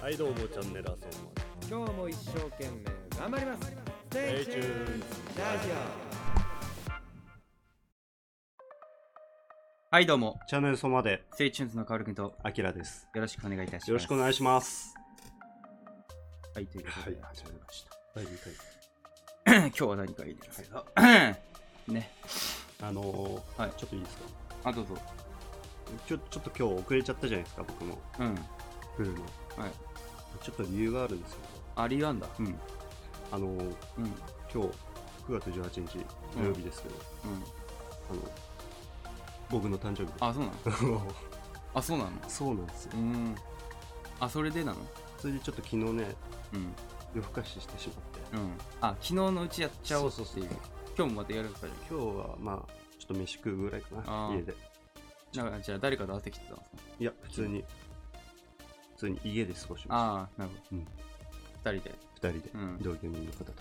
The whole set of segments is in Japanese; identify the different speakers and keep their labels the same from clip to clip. Speaker 1: はいどうもチャンネルあそんま
Speaker 2: 今日も一生懸命頑張ります Stay
Speaker 1: Stay tuned.
Speaker 2: tuned ラジ
Speaker 3: はい、どうも。
Speaker 1: チャンネルそまで
Speaker 3: ステイチューンズのカオル君と
Speaker 1: あきらです
Speaker 3: よろしくお願いいたします。
Speaker 1: よろしくお願い
Speaker 3: し
Speaker 1: します
Speaker 3: ます。はい、ということ
Speaker 1: は
Speaker 3: で、
Speaker 1: い始まりました第2回
Speaker 3: 今日は何かいいですけど。ね、
Speaker 1: あのー
Speaker 3: はい
Speaker 1: ちょっといいですか
Speaker 3: あ、どうぞ。
Speaker 1: ちょちょっと今日遅れちゃったじゃないですか僕も
Speaker 3: うん。
Speaker 1: 来るの
Speaker 3: はい。
Speaker 1: ちょっと理由があるんですけど
Speaker 3: あ、理由あんだ。うん。うん。
Speaker 1: あのー
Speaker 3: う
Speaker 1: 今
Speaker 3: ん。
Speaker 1: 日9月18日土曜日ですけど、あの僕の誕生日です
Speaker 3: あ、そうなのあ、そうなの
Speaker 1: そうなんですよ
Speaker 3: うーん。あ、それでなの
Speaker 1: それでちょっと昨日ね
Speaker 3: うん。
Speaker 1: 夜更かししてしまって
Speaker 3: うん。あ、昨日のうちやっちゃおうって
Speaker 1: そ
Speaker 3: いうう。
Speaker 1: そうそう
Speaker 3: 今日もまたやるんですかじ
Speaker 1: 今日はまあちょっと飯食うぐらいか
Speaker 3: あ
Speaker 1: な
Speaker 3: ー
Speaker 1: 家で
Speaker 3: ゃあなんかじゃあ誰かと会ってきてたんですか
Speaker 1: いや普通に普通に家で過ごしま
Speaker 3: ああ、なるほど。
Speaker 1: うん
Speaker 3: 二人で
Speaker 1: した2人で、
Speaker 3: うん
Speaker 1: 同居人の方と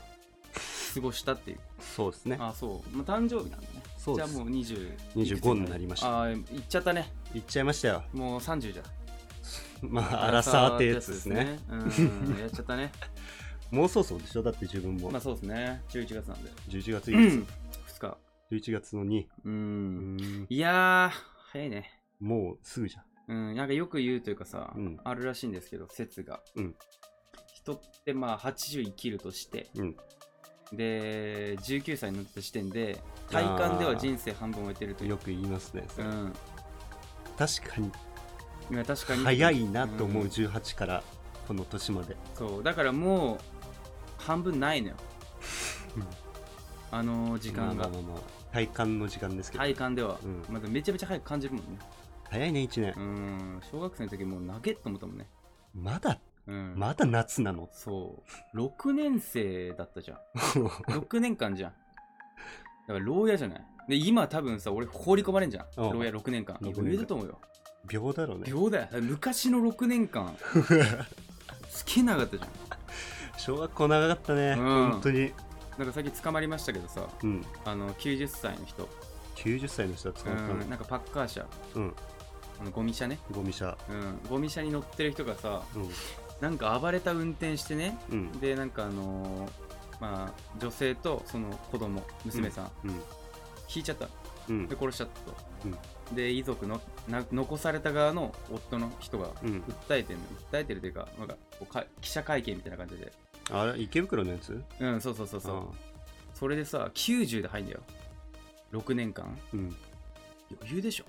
Speaker 3: 過ごしたっていう。
Speaker 1: そうですね
Speaker 3: あ、そう。まあ、誕生日なんだね。
Speaker 1: そうで
Speaker 3: じゃあ
Speaker 1: す
Speaker 3: もう20。
Speaker 1: 25になりました
Speaker 3: ああ、行っちゃったね。
Speaker 1: 行っちゃいましたよ
Speaker 3: もう30じゃん。
Speaker 1: まあ荒沢ってやつですね。
Speaker 3: うん、やっちゃっ たね。
Speaker 1: もうそうそうでしょだって自分も
Speaker 3: まあそうですね。11月なんで。
Speaker 1: 11月い
Speaker 3: うん
Speaker 1: く
Speaker 3: 2日。
Speaker 1: つ11月の2
Speaker 3: う
Speaker 1: うー
Speaker 3: ん。
Speaker 1: ん
Speaker 3: いやー、早いね。
Speaker 1: もうすぐじゃん
Speaker 3: うん、なんかよく言うというかさ、
Speaker 1: うん
Speaker 3: あるらしいんですけど、説が。
Speaker 1: うん
Speaker 3: 人ってまあ80生きるとして、
Speaker 1: うん
Speaker 3: で、19歳になった時点で、体感では人生半分終えてるという。
Speaker 1: よく言いますね、そうれ
Speaker 3: ん。
Speaker 1: 確かに
Speaker 3: いや確かに。
Speaker 1: 早いなと思う、
Speaker 3: ん
Speaker 1: 18からこの年まで
Speaker 3: そう、だからもう、半分ないのよ。
Speaker 1: うん
Speaker 3: あのー時間
Speaker 1: まあま。
Speaker 3: が
Speaker 1: あまあまあ体感の時間ですけど、
Speaker 3: 体感では、
Speaker 1: うん
Speaker 3: まだめちゃめちゃ早く感じるもんね
Speaker 1: 早いね1年
Speaker 3: う、ん小学生の時もう投げっと思ったもんね
Speaker 1: まだ
Speaker 3: うん
Speaker 1: まだ夏なの
Speaker 3: そう6年生だったじゃ ん6年間じゃんだから牢屋じゃないで今多分さ俺放り込まれんじゃん
Speaker 1: うん
Speaker 3: 牢屋6年間
Speaker 1: 六年間
Speaker 3: 余裕だと思うよ
Speaker 1: 秒だろうね
Speaker 3: 秒だよ昔の6年間 好きなかったじゃん
Speaker 1: 小学校長かったね、
Speaker 3: うん
Speaker 1: 本当に、
Speaker 3: なんか最近捕まりましたけどさ
Speaker 1: うん、
Speaker 3: あの90歳の人
Speaker 1: 90歳の人は捕ま
Speaker 3: う
Speaker 1: ったの、
Speaker 3: んなんかパッカー車
Speaker 1: うん、
Speaker 3: あのゴミ車ね
Speaker 1: ゴミ車、
Speaker 3: うんゴミ車に乗ってる人がさ
Speaker 1: うん、
Speaker 3: なんか暴れた運転してね
Speaker 1: うん、
Speaker 3: でなんかあのーまあ女性とその子供娘さん、
Speaker 1: うん、
Speaker 3: 引いちゃった
Speaker 1: うん
Speaker 3: で、殺しちゃったと、で遺族のな残された側の夫の人が
Speaker 1: うん、
Speaker 3: 訴えてるの訴えてるというかなんかこうか記者会見みたいな感じで
Speaker 1: あれ、池袋のやつ
Speaker 3: うんそうそうそうそうそれでさ90で入んだよ6年間
Speaker 1: う、うん、
Speaker 3: 余裕でしょ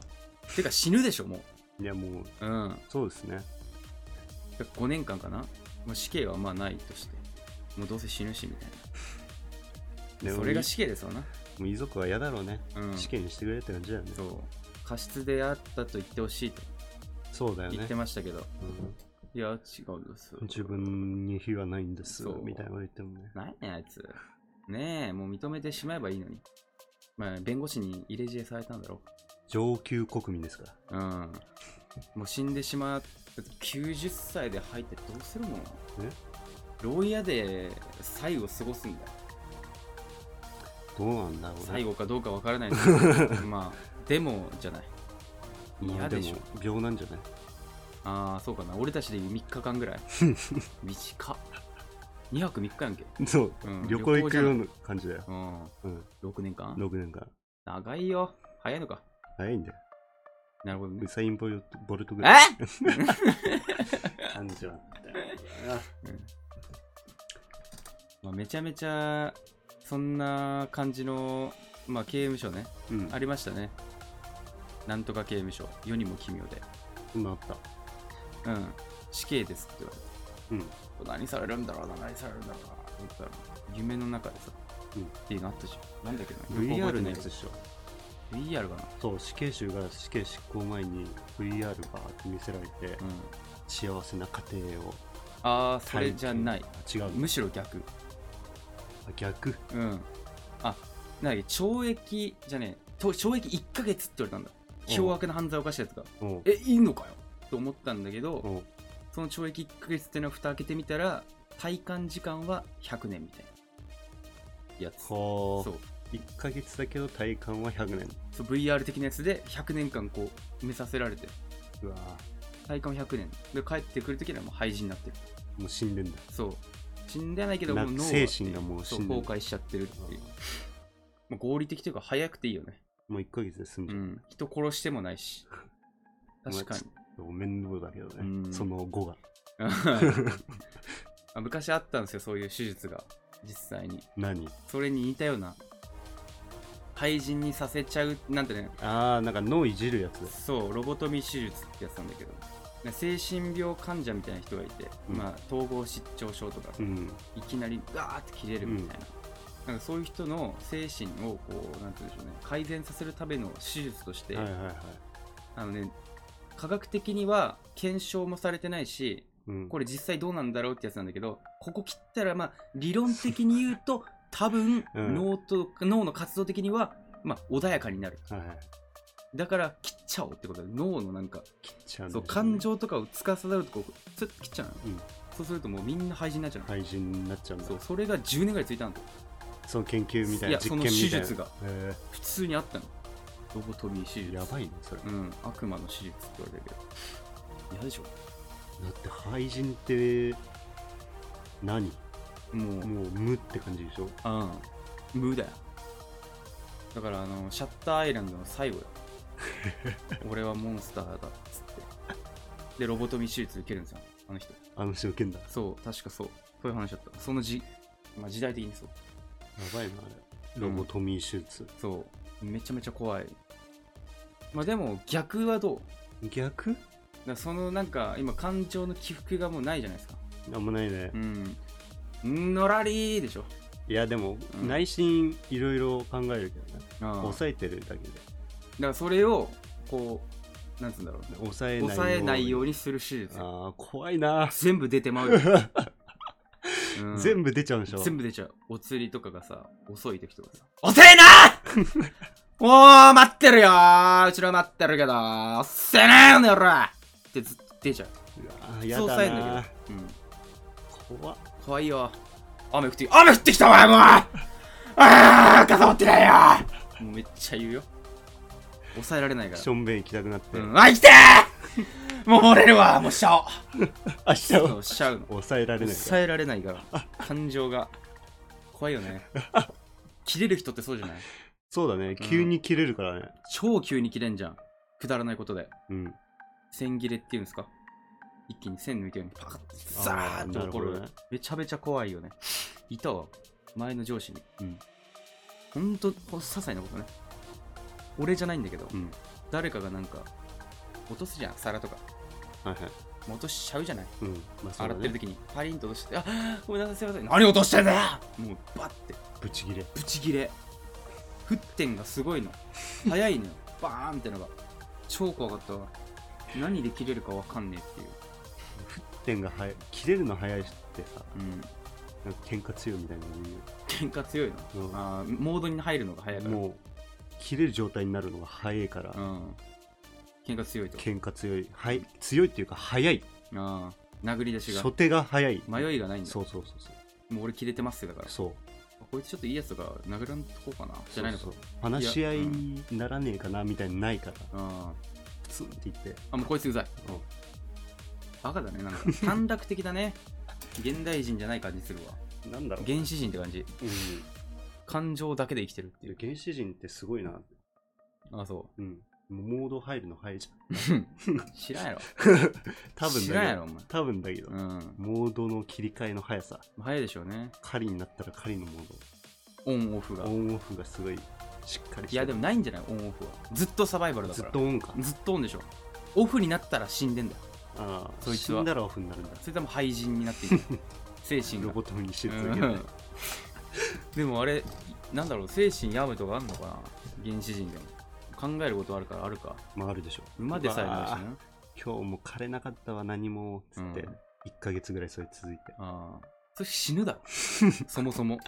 Speaker 3: てか死ぬでしょも
Speaker 1: いや、もう、
Speaker 3: ううん
Speaker 1: そうですね、
Speaker 3: 5年間かな、まあ、死刑はまあないとしてもうどうせ死ぬしみたい
Speaker 1: で
Speaker 3: な
Speaker 1: も
Speaker 3: それが死刑ですわな、
Speaker 1: もう遺族は嫌だろうね、
Speaker 3: うん、
Speaker 1: 試験にしてくれって感じだよね、
Speaker 3: そう過失であったと言ってほしいと
Speaker 1: そうだよ
Speaker 3: 言っ
Speaker 1: ね
Speaker 3: て、ましたけど、
Speaker 1: うん
Speaker 3: いや違うんです
Speaker 1: 自分に非はないんです
Speaker 3: そう
Speaker 1: みたいなこと言ってもね、
Speaker 3: 何やねんあいつねえもう認めてしまえばいいのにまあ弁護士に入れ知恵されたんだろ
Speaker 1: 上級国民ですから、
Speaker 3: ううんもう死んでしまう90歳で入ってどうするの
Speaker 1: え
Speaker 3: 牢屋で最後過ごすんだよ
Speaker 1: どうなんだろうね、
Speaker 3: 最後かどうかわからないんだけ どまあでもじゃない
Speaker 1: まあ
Speaker 3: 嫌でしょ
Speaker 1: も、病なんじゃない
Speaker 3: ああそうかな俺たちで言う3日間ぐ らい短っ2泊3日やんけ
Speaker 1: そう、
Speaker 3: うん
Speaker 1: 旅行行くような感じだよ、
Speaker 3: うん
Speaker 1: うん、
Speaker 3: 6年間
Speaker 1: 6年間、
Speaker 3: 長いよ早いのか
Speaker 1: 早いんだよ。
Speaker 3: なるほどね
Speaker 1: ウサインボルトボルトぐらい
Speaker 3: え
Speaker 1: 感じはあったよ
Speaker 3: まあ、めちゃめちゃそんな感じの、まあ、刑務所ね
Speaker 1: うん、
Speaker 3: ありましたねなんとか刑務所世にも奇妙で
Speaker 1: そんなあった。
Speaker 3: うん死刑ですって言われて
Speaker 1: うん、
Speaker 3: 何されるんだろうな何されるんだろうなって言ったら夢の中でさ、
Speaker 1: うん
Speaker 3: っていうのあったじゃんなんだっけなよく覚え
Speaker 1: VR
Speaker 3: て
Speaker 1: の
Speaker 3: ない
Speaker 1: や
Speaker 3: け
Speaker 1: つで
Speaker 3: ど
Speaker 1: しょ。
Speaker 3: VR かな
Speaker 1: そう、死刑囚が死刑執行前に VR バーって見せられて
Speaker 3: う、ん
Speaker 1: 幸せな家庭を。
Speaker 3: ああそれじゃない
Speaker 1: あ。違うの。
Speaker 3: むしろ逆
Speaker 1: あ逆。
Speaker 3: うんあなんだっけ懲役じゃねえと懲役1ヶ月って言われたんだ凶悪な犯罪を犯したやつが
Speaker 1: うん。
Speaker 3: えいいのかよと思ったんだけど、
Speaker 1: うん
Speaker 3: その懲役1ヶ月っていうのを蓋開けてみたら体感時間は100年みたいなやつそう
Speaker 1: はあ
Speaker 3: そ。
Speaker 1: 1ヶ月だけど体感は100年。
Speaker 3: う VR 的なやつで100年間こう埋めさせられて
Speaker 1: うわ
Speaker 3: 体感は100年で帰ってくる時にはもう廃人になってる
Speaker 1: もう死んでんだ
Speaker 3: そう死んではないけども
Speaker 1: な
Speaker 3: う脳は
Speaker 1: 精神がもう
Speaker 3: そ
Speaker 1: 死
Speaker 3: うん
Speaker 1: で
Speaker 3: 崩
Speaker 1: る
Speaker 3: 壊しちゃってるっていう、まあ、合理的というか早くていいよね
Speaker 1: もう1ヶ月で済ん
Speaker 3: う
Speaker 1: じゃう、
Speaker 3: ん人殺してもな いし確かに
Speaker 1: 面倒だけどね、
Speaker 3: うん
Speaker 1: その後が
Speaker 3: あ 昔あったんですよそういう手術が実際に
Speaker 1: 何
Speaker 3: それに似たような廃人にさせちゃうなんてね
Speaker 1: ああなんか脳いじるやつ
Speaker 3: そうロボトミー手術ってやつなんだけどね精神病患者みたいな人がいて、
Speaker 1: うん
Speaker 3: まあ統合失調症とか、
Speaker 1: うん
Speaker 3: いきなりガーって切れるみたいな,、なんかそういう人の精神をこうなんて言うんでしょうね改善させるための手術として、
Speaker 1: はいはいはい、
Speaker 3: あのね科学的には検証もされてないし
Speaker 1: うん、
Speaker 3: これ実際どうなんだろうってやつなんだけどここ切ったらまあ理論的に言 うと多分、
Speaker 1: うん
Speaker 3: 脳と脳の活動的にはまあ穏やかになる
Speaker 1: はいはい
Speaker 3: だから切っちゃおうってことで脳のなんか
Speaker 1: 切っちゃうんだ
Speaker 3: そう
Speaker 1: よね
Speaker 3: 感情とかを司るとこうスッと切っちゃうの、
Speaker 1: うん
Speaker 3: そうするともうみんな廃人になっちゃうの、
Speaker 1: 廃人になっちゃうんだ
Speaker 3: そうそれが10年ぐらいついたの
Speaker 1: その研究みたいな
Speaker 3: いや
Speaker 1: 実
Speaker 3: その
Speaker 1: 験みたいな
Speaker 3: 手術が
Speaker 1: へ
Speaker 3: 普通にあったのロボトミー手
Speaker 1: え
Speaker 3: 術
Speaker 1: やばいねそれ、
Speaker 3: うん悪魔の手術って言われるけど嫌でしょ
Speaker 1: だって廃人って何
Speaker 3: もう
Speaker 1: もう無って感じでしょ
Speaker 3: うん無だよだからあのシャッターアイランドの最 後よ俺はモンスターだっつってでロボトミー手術受けるんですよあの人
Speaker 1: あの人受けんだや
Speaker 3: そう確かそうそういう話だったそのじ、まあ、時代的にそう
Speaker 1: ばいなあれロボトミー手術、
Speaker 3: そうめちゃめちゃ怖いまあでも逆はどう
Speaker 1: 逆
Speaker 3: だからそのなんか今感情の起伏がもうないじゃないですか
Speaker 1: あんまないね、
Speaker 3: うんのらりーでしょ
Speaker 1: いやでも
Speaker 3: うん
Speaker 1: 内心いろいろ考えるけどね、
Speaker 3: うんだか
Speaker 1: 抑えてるだけで
Speaker 3: らそれをこうなんつうんだろう
Speaker 1: 抑えない
Speaker 3: 抑えないよう
Speaker 1: に
Speaker 3: にする手術
Speaker 1: ああ怖いな、
Speaker 3: 全部出て まうよ、うん
Speaker 1: 全部出ちゃうんでしょ
Speaker 3: 全部出ちゃうお釣りとかがさ遅い時とかさ遅えなおー待ってるよーうちら待ってるけどー遅えなーこの野郎ってずっと出ちゃう
Speaker 1: あや
Speaker 3: そう抑えん
Speaker 1: だ
Speaker 3: だ
Speaker 1: な
Speaker 3: けどうん
Speaker 1: 怖っ
Speaker 3: 怖いよ雨降ってき雨降ってきたわもうああ傘持ってないよもうめっちゃ言うよ抑えられないから
Speaker 1: しょんべん行きたくなって、
Speaker 3: うん、あ、来てーもう漏れるわもうしちゃおう
Speaker 1: 明日
Speaker 3: そ
Speaker 1: は
Speaker 3: うしちゃうの
Speaker 1: 抑えられないか
Speaker 3: 抑えられないから感情が怖いよね切れる人ってそうじゃない
Speaker 1: そうだね急に切れるからね
Speaker 3: 超急に切れんじゃんくだらないことで
Speaker 1: うん
Speaker 3: 千切れっていうんですか一気に線抜いてるようにパカッて
Speaker 1: あ
Speaker 3: ザー
Speaker 1: ー
Speaker 3: ッと怒る
Speaker 1: なるほどね
Speaker 3: めちゃめちゃ怖いよねいたわ前の上司に
Speaker 1: うん
Speaker 3: ほんとほんと些細なことね俺じゃないんだけど、
Speaker 1: うん
Speaker 3: 誰かがなんか落とすじゃん皿とか
Speaker 1: はいはい
Speaker 3: もう落としちゃうじゃない
Speaker 1: うんまあそう
Speaker 3: 洗
Speaker 1: だ
Speaker 3: ってる
Speaker 1: ね
Speaker 3: 時にパリンと落として「あごめんなさいすいません何落としてんだよ!」もうバッて
Speaker 1: ブチ切れ
Speaker 3: ブチギレ沸点がすごいの早いのよ バーンってのが超怖かったわ何で切れるかわかんねえっていう
Speaker 1: 点が早い切れるの早い人ってさ
Speaker 3: うん
Speaker 1: なんか喧嘩強いみたいなの言うよ
Speaker 3: 喧嘩強いの、
Speaker 1: うん
Speaker 3: あーモードに入るのが早いから
Speaker 1: もう切れる状態になるのが早いから、
Speaker 3: ん、喧嘩強いと
Speaker 1: 喧嘩強いはい強いっていうか早い
Speaker 3: あー殴り出しが
Speaker 1: 初手が早い
Speaker 3: 迷
Speaker 1: い
Speaker 3: いがないんだ
Speaker 1: そうそうそうそう
Speaker 3: もう俺切れてますよだから
Speaker 1: そう
Speaker 3: こいつちょっといいやつだから殴らんとこうかなじゃないのか
Speaker 1: そうそう話し合い
Speaker 3: いやう
Speaker 1: にならねえかなみたいにないから
Speaker 3: あー
Speaker 1: プツンって言って、
Speaker 3: あもうこいつうざい
Speaker 1: うん
Speaker 3: バカだねな んか短絡的だね現代人じゃない感じするわ
Speaker 1: なんだろう、
Speaker 3: 原始人って感じ
Speaker 1: うん、
Speaker 3: 感情だけで生きてるっていう
Speaker 1: 原始人ってすごいな、
Speaker 3: あそう
Speaker 1: うん、モード入るの早いじゃん
Speaker 3: 知らんやろ。
Speaker 1: 多分
Speaker 3: 知らん
Speaker 1: だ
Speaker 3: や
Speaker 1: け
Speaker 3: ろ、
Speaker 1: ど
Speaker 3: お前。
Speaker 1: 多分だけど、
Speaker 3: うん。
Speaker 1: モードの切り替えの速さ
Speaker 3: 早いでしょうね。
Speaker 1: 狩りになったら狩りのモー
Speaker 3: オンオフが
Speaker 1: ドオ。ンオフがすごいしっかりしてる
Speaker 3: いや、でもないんじゃないオンオフは。ずっとサバイバルだか
Speaker 1: ずっ
Speaker 3: ら。
Speaker 1: と
Speaker 3: ずっ
Speaker 1: オンか
Speaker 3: と。オンでしょ。オフになったら死んでんだよ。
Speaker 1: ああ
Speaker 3: そいつ
Speaker 1: 死
Speaker 3: は
Speaker 1: んだらオフになるんだ
Speaker 3: それとも廃人になってい く。精神
Speaker 1: ロ
Speaker 3: が
Speaker 1: ボ。ットに手術
Speaker 3: う
Speaker 1: だけどね
Speaker 3: ん でもあれ、なんだろう、精神病むとかあんのかな原始人でも。考えることあるからあるか。
Speaker 1: まああるでしょ
Speaker 3: 馬でさえないし
Speaker 1: うわ
Speaker 3: ね。
Speaker 1: ー今日も枯れなかったわ何もつって、
Speaker 3: うん
Speaker 1: 一1ヶ月ぐらいそれ続いて
Speaker 3: ああ。それ死ぬだ ろ。そもそも。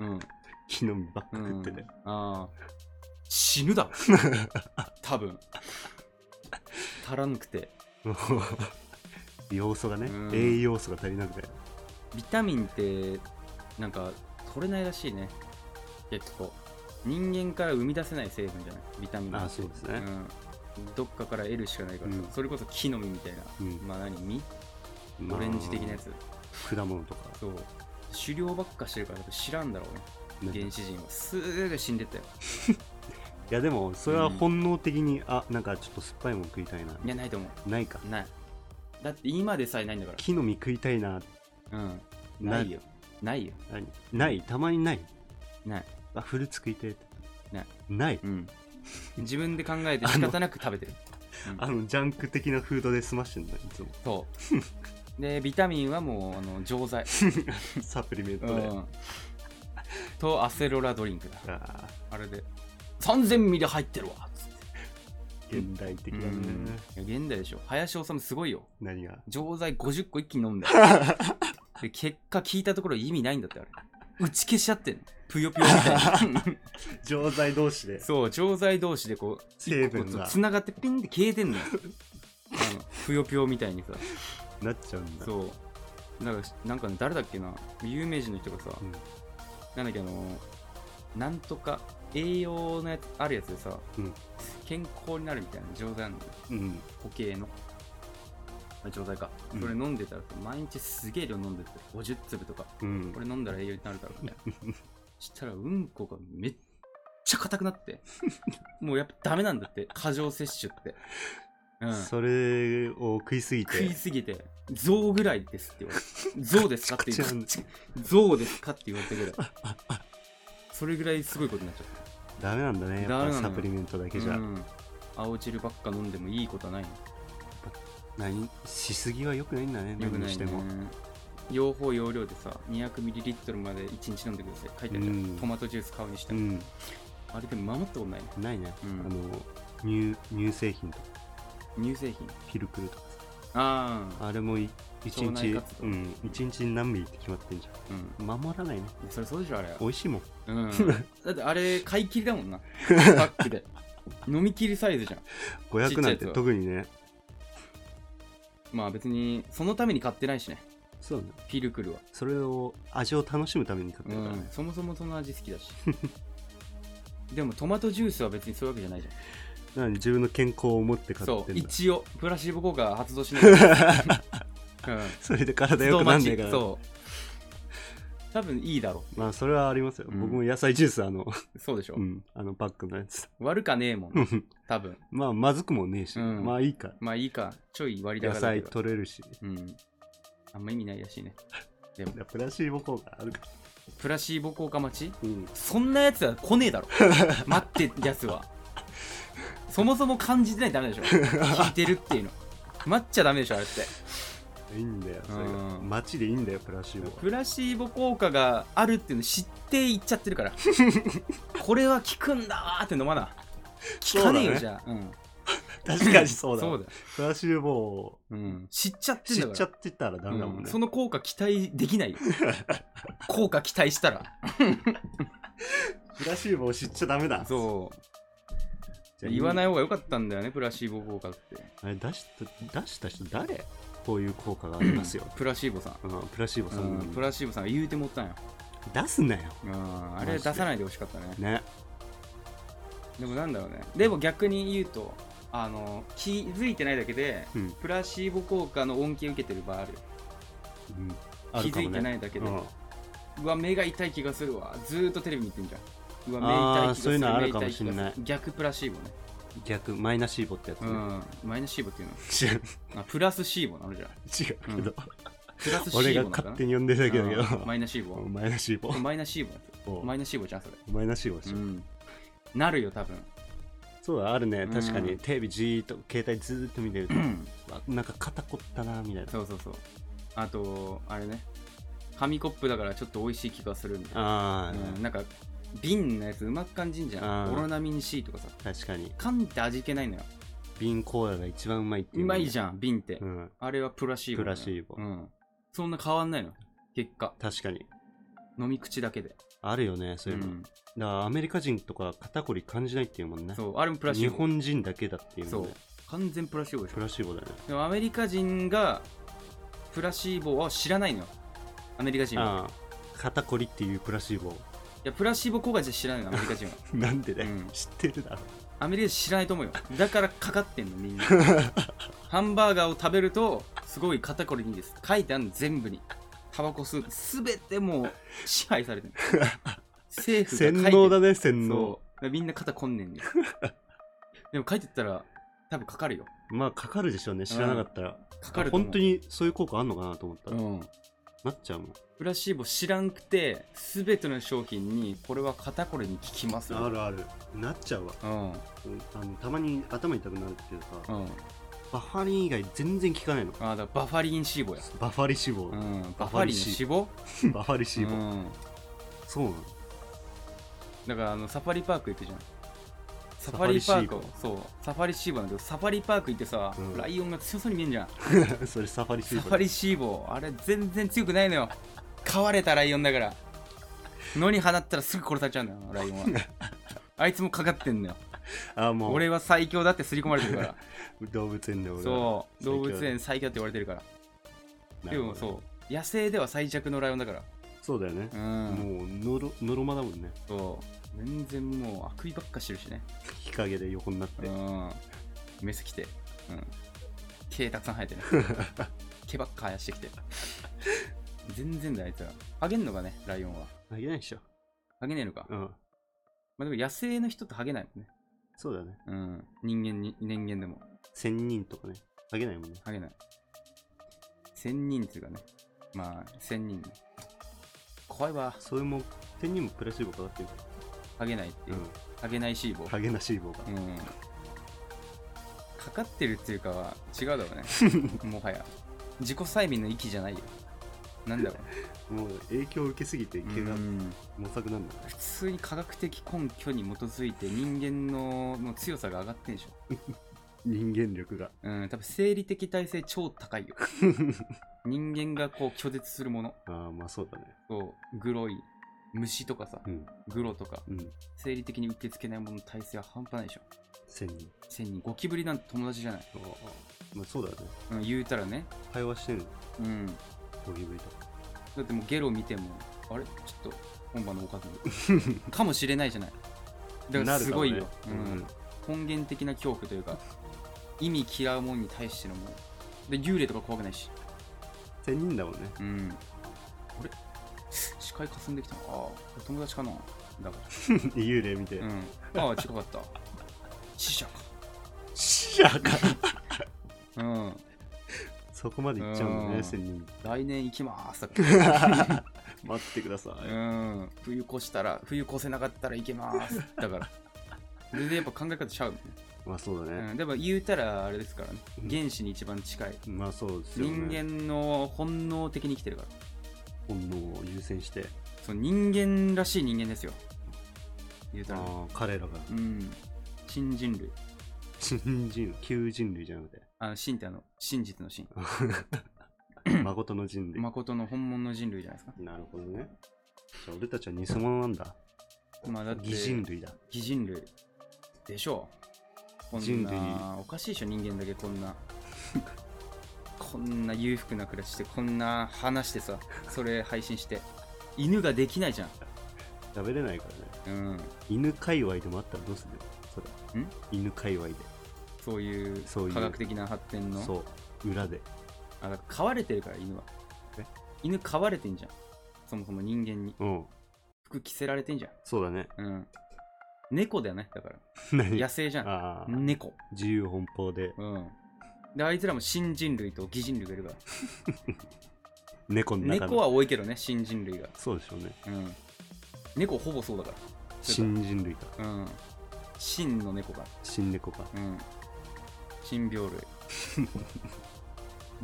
Speaker 3: うん。
Speaker 1: 木の実ばっか食ってて、
Speaker 3: ああ死ぬ だろ多分足らなくて
Speaker 1: もう 要素がね、
Speaker 3: うん
Speaker 1: 栄養素が足りなくて
Speaker 3: ビタミンってなんか取れないらしいね結構人間から生み出せない成分じゃないビタミンって
Speaker 1: あそうですね
Speaker 3: んどっかから得るしかないからさ、
Speaker 1: うん
Speaker 3: それこそ木の実みたいな、
Speaker 1: うん
Speaker 3: まあ何実
Speaker 1: まあ
Speaker 3: オレンジ的なやつ
Speaker 1: 果物とか、
Speaker 3: そう狩猟ばっかしてるから多分知らんだろうね
Speaker 1: ね
Speaker 3: 原始人はすぐ死んでったよ
Speaker 1: いやでもそれは本能的に、あなんかちょっと酸っぱいもん食いたいない
Speaker 3: やないと思う
Speaker 1: ないか
Speaker 3: ないだって今でさえないんだか
Speaker 1: 木の実食いたいな
Speaker 3: らうんないよないよ
Speaker 1: な何ないたまにない
Speaker 3: ない
Speaker 1: あフルーツ食いたい
Speaker 3: ない
Speaker 1: ない
Speaker 3: うん 自分で考えて仕方なく食べてるうん
Speaker 1: あのジャンク的なフードで済ましてんだいつ も
Speaker 3: そうでビタミンはもうあの錠剤、
Speaker 1: サプリメント
Speaker 3: う
Speaker 1: で、
Speaker 3: ん、とアセロラドリンクだ
Speaker 1: ああ
Speaker 3: あれで3000ミリ入ってるわつって
Speaker 1: 現代的だね、
Speaker 3: うんいや現代でしょ林修すごいよ
Speaker 1: 何が
Speaker 3: 錠剤50個一気に飲 んだよで結果聞いたところ意味ないんだってあれ打ち消しちゃってんのぷよぷよ みたいな
Speaker 1: 錠剤同士で
Speaker 3: そう錠剤同士でこう
Speaker 1: 成分が
Speaker 3: つながってピンって消えてんのよあのぷよぷよみたいにさ
Speaker 1: なっちゃうんだ
Speaker 3: そうなんかなんかね誰だっけな有名人の人がさ、
Speaker 1: うん
Speaker 3: なんだっけあのなんとか栄養のやつあるやつでさ、
Speaker 1: うん
Speaker 3: 健康になるみたいな錠剤あるのよ
Speaker 1: うん
Speaker 3: 固形のあ錠剤か、
Speaker 1: うん
Speaker 3: それ飲んでたら毎日すげえ量飲んでて50粒とか
Speaker 1: うん
Speaker 3: これ飲んだら栄養になるだろうみた いなしたらうんこがめっちゃ硬くなって もうやっぱダメなんだって過剰摂取って、うん、
Speaker 1: それを食いすぎ
Speaker 3: 食
Speaker 1: て
Speaker 3: いすぎて「象ぐらいです」って言わ れて「象ですか?」って言われ
Speaker 1: め
Speaker 3: て「象ですか?」って言われたぐらいそれぐらいすごいことになっちゃった
Speaker 1: ダメなんだね
Speaker 3: ダ
Speaker 1: や
Speaker 3: メ
Speaker 1: っ
Speaker 3: なの
Speaker 1: ぱ
Speaker 3: よ
Speaker 1: サプリメントだけじゃ、
Speaker 3: うん青汁ばっか飲んでもいいことはないの
Speaker 1: 何しすぎはよくないんだね
Speaker 3: よく
Speaker 1: 何
Speaker 3: な
Speaker 1: に
Speaker 3: い
Speaker 1: しても
Speaker 3: ね用法用量でさ 200ml まで1日飲んでください書いてあるじゃん、
Speaker 1: うん
Speaker 3: トマトジュース買うにして
Speaker 1: う
Speaker 3: も、
Speaker 1: ん
Speaker 3: あれでも守ったことないね
Speaker 1: ないね、
Speaker 3: うん
Speaker 1: あの乳乳製品とか
Speaker 3: 乳製品
Speaker 1: ピルクルとか
Speaker 3: ああ
Speaker 1: あれもい一
Speaker 3: 腸内
Speaker 1: 日
Speaker 3: 活動
Speaker 1: うん一日に何ミリって決まってんじ
Speaker 3: うん
Speaker 1: ゃん守らないね
Speaker 3: それそうでしょあれ
Speaker 1: 美味しいもん
Speaker 3: うん、だってあれ買い切りだもんなパックで飲み切りサイズじゃんちっち
Speaker 1: 500
Speaker 3: ゃい
Speaker 1: な
Speaker 3: や
Speaker 1: ん
Speaker 3: つ
Speaker 1: て
Speaker 3: は
Speaker 1: 特にね
Speaker 3: まあ別にそのために買ってないしね
Speaker 1: そうね
Speaker 3: ピルクルは、
Speaker 1: それを味を楽しむために買って
Speaker 3: う
Speaker 1: るから
Speaker 3: ん
Speaker 1: ね、、
Speaker 3: そもそもその味好きだしでもトマトジュースは別にそういうわけじゃないじゃ
Speaker 1: なのに自分の健康を持って買
Speaker 3: ん
Speaker 1: っ
Speaker 3: そう
Speaker 1: てんだ
Speaker 3: 一応プラシーボ効果は発動し ないから、うん、
Speaker 1: それで体良くなんねえか
Speaker 3: 自動待ち
Speaker 1: ら
Speaker 3: そう多分いいだろ
Speaker 1: まあそれはありますよ、
Speaker 3: うん
Speaker 1: 僕も野菜ジュースあの、
Speaker 3: うそうでしょ、
Speaker 1: うん、あのパックのやつ
Speaker 3: 悪かねえもん 多分
Speaker 1: まあまずくもねえし、
Speaker 3: うん
Speaker 1: まあいいか
Speaker 3: まあいいかちょい割
Speaker 1: 野
Speaker 3: 高だけ
Speaker 1: 菜
Speaker 3: ど
Speaker 1: 取れるし
Speaker 3: うんあんま意味ないらしいね
Speaker 1: プラシーボ効果あるから、
Speaker 3: プラシーボ効果待ち
Speaker 1: うん、
Speaker 3: そんなやつは来ねえ だろ待ってるやつはそもそも感じてない とダメでしょ聞いてるっていうの待っちゃダメでしょあれって
Speaker 1: いいんだよそれが
Speaker 3: うん
Speaker 1: 街でいいんだよプラシー ボは
Speaker 3: プラシーボ効果があるっていうの知っていっちゃってるから これは効くんだわーって飲まな効かねえ
Speaker 1: そ
Speaker 3: よ、
Speaker 1: うだね
Speaker 3: じゃあ、うん、
Speaker 1: 確かにそうだ
Speaker 3: そうだ、
Speaker 1: プラシーボを
Speaker 3: うん、知っちゃってん
Speaker 1: 知
Speaker 3: だ
Speaker 1: っ
Speaker 3: から
Speaker 1: ちゃってたらダメだもんね、
Speaker 3: うんその効果期待できない よ効果期待したら
Speaker 1: プラシーボを知っちゃダメだ
Speaker 3: そう言わないい方が良かったんだよねプラシーボ効果って
Speaker 1: あれ出した出した人誰こういう効果がありますよ、
Speaker 3: プラシーボさん
Speaker 1: うん、プラシーボさん
Speaker 3: う
Speaker 1: の
Speaker 3: ん、プラシーボさんが言うてもったんや、
Speaker 1: 出すなよ
Speaker 3: うん、あ
Speaker 1: マジで
Speaker 3: れ出さないでほしかったね
Speaker 1: ね
Speaker 3: でもなんだろうねでも逆に言うとあの気づいてないだけで
Speaker 1: うん、
Speaker 3: プラシーボ効果の恩恵受けてる場合ある
Speaker 1: うん
Speaker 3: 気づいてないいだけで、
Speaker 1: う
Speaker 3: うんわ目が痛い気がするわずーっとテレビ見てんじゃんうわ目痛い気
Speaker 1: あー
Speaker 3: がする
Speaker 1: そういうのあるかも
Speaker 3: 目痛気がす
Speaker 1: しんない
Speaker 3: 逆プラシーボね
Speaker 1: 逆マイナシーボってやつ
Speaker 3: う
Speaker 1: ね、
Speaker 3: んマイナスシーボっていう
Speaker 1: 違う
Speaker 3: のあプラスシーボなのじゃん
Speaker 1: 違うけど、
Speaker 3: プラスシ
Speaker 1: 俺が
Speaker 3: ーボなのか
Speaker 1: 勝
Speaker 3: な
Speaker 1: 手に呼んでるだけだけど、
Speaker 3: うんマイナスシーボ
Speaker 1: マイナシーボ
Speaker 3: マイナスシーボだって
Speaker 1: お
Speaker 3: マイナスシーボじゃんそれ
Speaker 1: マイナシーボし、
Speaker 3: うんなるよ多分
Speaker 1: そうだあるね
Speaker 3: うん
Speaker 1: 確かに、テレビじーっと携帯ずーっと見てると、
Speaker 3: うん
Speaker 1: わなんか肩凝ったなみたいな
Speaker 3: そうそうそうあとあれね紙コップだからちょっと美味しい気がするみたい
Speaker 1: あ
Speaker 3: な、
Speaker 1: ー、
Speaker 3: うん、なんか瓶のやつうまく感じんじゃ
Speaker 1: うんん
Speaker 3: オロナミン C とかさ
Speaker 1: 確かに
Speaker 3: 缶って味気ないのよ
Speaker 1: 瓶コーラが一番うまいっていう
Speaker 3: うまい
Speaker 1: ゃ
Speaker 3: じゃん瓶って、
Speaker 1: うん
Speaker 3: あれはプラシーボなのよ
Speaker 1: プラシーボ
Speaker 3: うん、そんな変わんないの結果
Speaker 1: 確かに
Speaker 3: 飲み口だけで
Speaker 1: あるよねそうういうの、
Speaker 3: ん、
Speaker 1: だからアメリカ人とか肩こり感じないっていうもんね
Speaker 3: そうあれもプラシ
Speaker 1: 日
Speaker 3: ーボ
Speaker 1: 本人だけだっていう
Speaker 3: そ
Speaker 1: もん
Speaker 3: う
Speaker 1: ね
Speaker 3: 完全プラシーボでし
Speaker 1: プ
Speaker 3: ょ
Speaker 1: ラシーボだよね
Speaker 3: でもアメリカ人がプラシーボは知らないのよアメリカ人は
Speaker 1: ああ肩こりっていうプラシーボ
Speaker 3: いやプラシーボ効果じゃ知らないのアメリカ人は
Speaker 1: なんでだよ、
Speaker 3: うん
Speaker 1: 知ってるだろ
Speaker 3: アメリカ人知らないと思うよだからかかってんのみ んなハンバーガーを食べるとすごい肩こりにいいです書いてあるの全部にタバコ吸うすべてもう支配され てる政府が書いて
Speaker 1: 洗
Speaker 3: る
Speaker 1: 脳だね洗脳
Speaker 3: そうみんな肩こんね んねでも書いてったら多分かかるよ
Speaker 1: まあかかるでしょうね知らなかったら、
Speaker 3: かかると思う
Speaker 1: 本当にそういう効果あんのかなと思った
Speaker 3: う
Speaker 1: ら、
Speaker 3: ん
Speaker 1: なっちゃうもん
Speaker 3: プラシーボ知らんくて全ての商品にこれは肩こりに効きますよ
Speaker 1: あるあるなっちゃうわ
Speaker 3: うんうん
Speaker 1: うんあのたまに頭痛くなるっていうか、
Speaker 3: あ
Speaker 1: バファリン以外全然効かないの
Speaker 3: ーだからバファリンシーボや、
Speaker 1: バファリ脂
Speaker 3: う
Speaker 1: 肪、
Speaker 3: ん、バファリン脂肪
Speaker 1: バファリ
Speaker 3: う
Speaker 1: 脂肪、
Speaker 3: ん
Speaker 1: そうなの
Speaker 3: だからあのサファリパーク行くじゃん
Speaker 1: サ
Speaker 3: サフ
Speaker 1: フ
Speaker 3: ァ
Speaker 1: ァ
Speaker 3: リ
Speaker 1: リ
Speaker 3: パ
Speaker 1: シ
Speaker 3: ー
Speaker 1: ー
Speaker 3: ク
Speaker 1: ボ
Speaker 3: をそうサファリシーボなんだけどサファリパーク行ってさ、
Speaker 1: うん
Speaker 3: ライオンが強そうに見えんじゃ ん
Speaker 1: それサファリシ
Speaker 3: サ
Speaker 1: ー
Speaker 3: フ
Speaker 1: ボ
Speaker 3: ァリシーボあれ全然強くないのよ飼われたライオンだから野に放ったらすぐ殺されちゃうんだよライオンはあいつもかかってんのよ
Speaker 1: あもう
Speaker 3: 俺は最強だって刷り込まれて るから
Speaker 1: 動物園で俺は
Speaker 3: そう動
Speaker 1: 最強
Speaker 3: 物園最強って言われてるから
Speaker 1: な
Speaker 3: で
Speaker 1: るほ
Speaker 3: も
Speaker 1: ど
Speaker 3: そう野生では最弱のライオンだから
Speaker 1: そうだよね
Speaker 3: う、ん
Speaker 1: もうのろのろまだもんね
Speaker 3: そう全然もう悪意ばっかしてるしね
Speaker 1: 日陰で横になっ
Speaker 3: う
Speaker 1: て、
Speaker 3: んメス来てうん毛たくさん生え てね毛ばっか生やしてきて全然だよあいつらハゲんのかねライオンは
Speaker 1: あげないでしょ
Speaker 3: ハゲねえのか、
Speaker 1: うん
Speaker 3: まあでも野生の人ってハゲないもんね
Speaker 1: そうだね
Speaker 3: うん人間に人間でも
Speaker 1: 仙人とかねあげないもんね
Speaker 3: ハゲない仙人っていうかねまあ仙人ね怖いわ
Speaker 1: それも仙人もプラシーボかかってるか
Speaker 3: ハゲないってい
Speaker 1: ら
Speaker 3: う、ハゲないシーボ
Speaker 1: うんハゲな脂肪が、
Speaker 3: うん、かかってるっていうかは違うだろうねもはや自己催眠の域じゃないよなんだろ
Speaker 1: もう影響を受けすぎて
Speaker 3: う
Speaker 1: 毛が
Speaker 3: うん
Speaker 1: 模索なんだね
Speaker 3: 普通に科学的根拠に基づいて人間のもう強さが上がってんでしょ
Speaker 1: 人間力が
Speaker 3: うん多分生理的耐性超高 いよ人間がこう拒絶するもの
Speaker 1: ああまあそうだね
Speaker 3: そうグロい虫とかさ、
Speaker 1: うん
Speaker 3: グロとか
Speaker 1: うん
Speaker 3: 生理的に受け付けないものの耐性は半端ないでしょ
Speaker 1: 仙人
Speaker 3: 千人ゴキブリなんて友達じゃない、
Speaker 1: ああまあそうだね
Speaker 3: うん、言うたらね
Speaker 1: 会話してるの
Speaker 3: うん
Speaker 1: ゴキブリとか
Speaker 3: だってもうゲロ見てもあれちょっと本場のおかず かもしれないじゃないだからすごいよ、
Speaker 1: なるかもね
Speaker 3: う
Speaker 1: う
Speaker 3: ん
Speaker 1: ん
Speaker 3: 根源的な恐怖というか意味嫌うものに対してのもうで幽霊とか怖くないし
Speaker 1: 仙人だ もんね
Speaker 3: うんあれ視界かすんできたなああ友達かなだか
Speaker 1: 幽霊見て、
Speaker 3: ら、うん、ああ近かった 死者か
Speaker 1: 死者か
Speaker 3: うん
Speaker 1: そこまで行っちゃうんだ
Speaker 3: うん
Speaker 1: ね仙人
Speaker 3: 来年行きます だから
Speaker 1: 待ってください、
Speaker 3: うん冬越したら冬越せなかったら行けますだから全然やっぱ考え方ちゃうもんね
Speaker 1: まあそうだね、
Speaker 3: うん、でも言うたらあれですからね
Speaker 1: うん
Speaker 3: 原始に一番近い、
Speaker 1: まあそうですよね
Speaker 3: 人間の本能的に生きてるから
Speaker 1: 本能を優先して
Speaker 3: そう人間らしい人間ですよ言うたら、
Speaker 1: あー彼らが
Speaker 3: うん新人類
Speaker 1: 新人旧人類じゃなくて
Speaker 3: あの新ってあの真実の真
Speaker 1: 誠の人類、
Speaker 3: 誠の本物の人類じゃないです
Speaker 1: なるほどねじゃあ俺たちは偽物なんだ
Speaker 3: かまあだって
Speaker 1: 偽人類だ
Speaker 3: 偽人類でしょうこん
Speaker 1: 人類
Speaker 3: なおかしいでしょ人間だけこんな こんな裕福な暮らししてこんな話してさそれ配信して犬ができないじゃん
Speaker 1: 食べれないからね
Speaker 3: うん
Speaker 1: 犬界隈でもあったらどうするそれ
Speaker 3: ん
Speaker 1: 犬界隈で
Speaker 3: そういう
Speaker 1: そういう
Speaker 3: 科学的な発展の
Speaker 1: そう裏で
Speaker 3: あだから飼われてるから犬は
Speaker 1: え
Speaker 3: 犬飼われてんじゃんそもそも人間に
Speaker 1: うん
Speaker 3: 服着せられてんじゃ
Speaker 1: そうだね
Speaker 3: んうん猫だよねだから
Speaker 1: 何
Speaker 3: 野生じゃん
Speaker 1: ああ
Speaker 3: 猫
Speaker 1: 自由奔放で
Speaker 3: うんであいつらも新人類と擬人類がいるから
Speaker 1: 猫の中の
Speaker 3: 猫は多いけどね新人類が
Speaker 1: そうでしょうね
Speaker 3: うん猫ほぼそうだか
Speaker 1: 新人類か
Speaker 3: らうん真の猫が
Speaker 1: 新猫か
Speaker 3: うん新病 類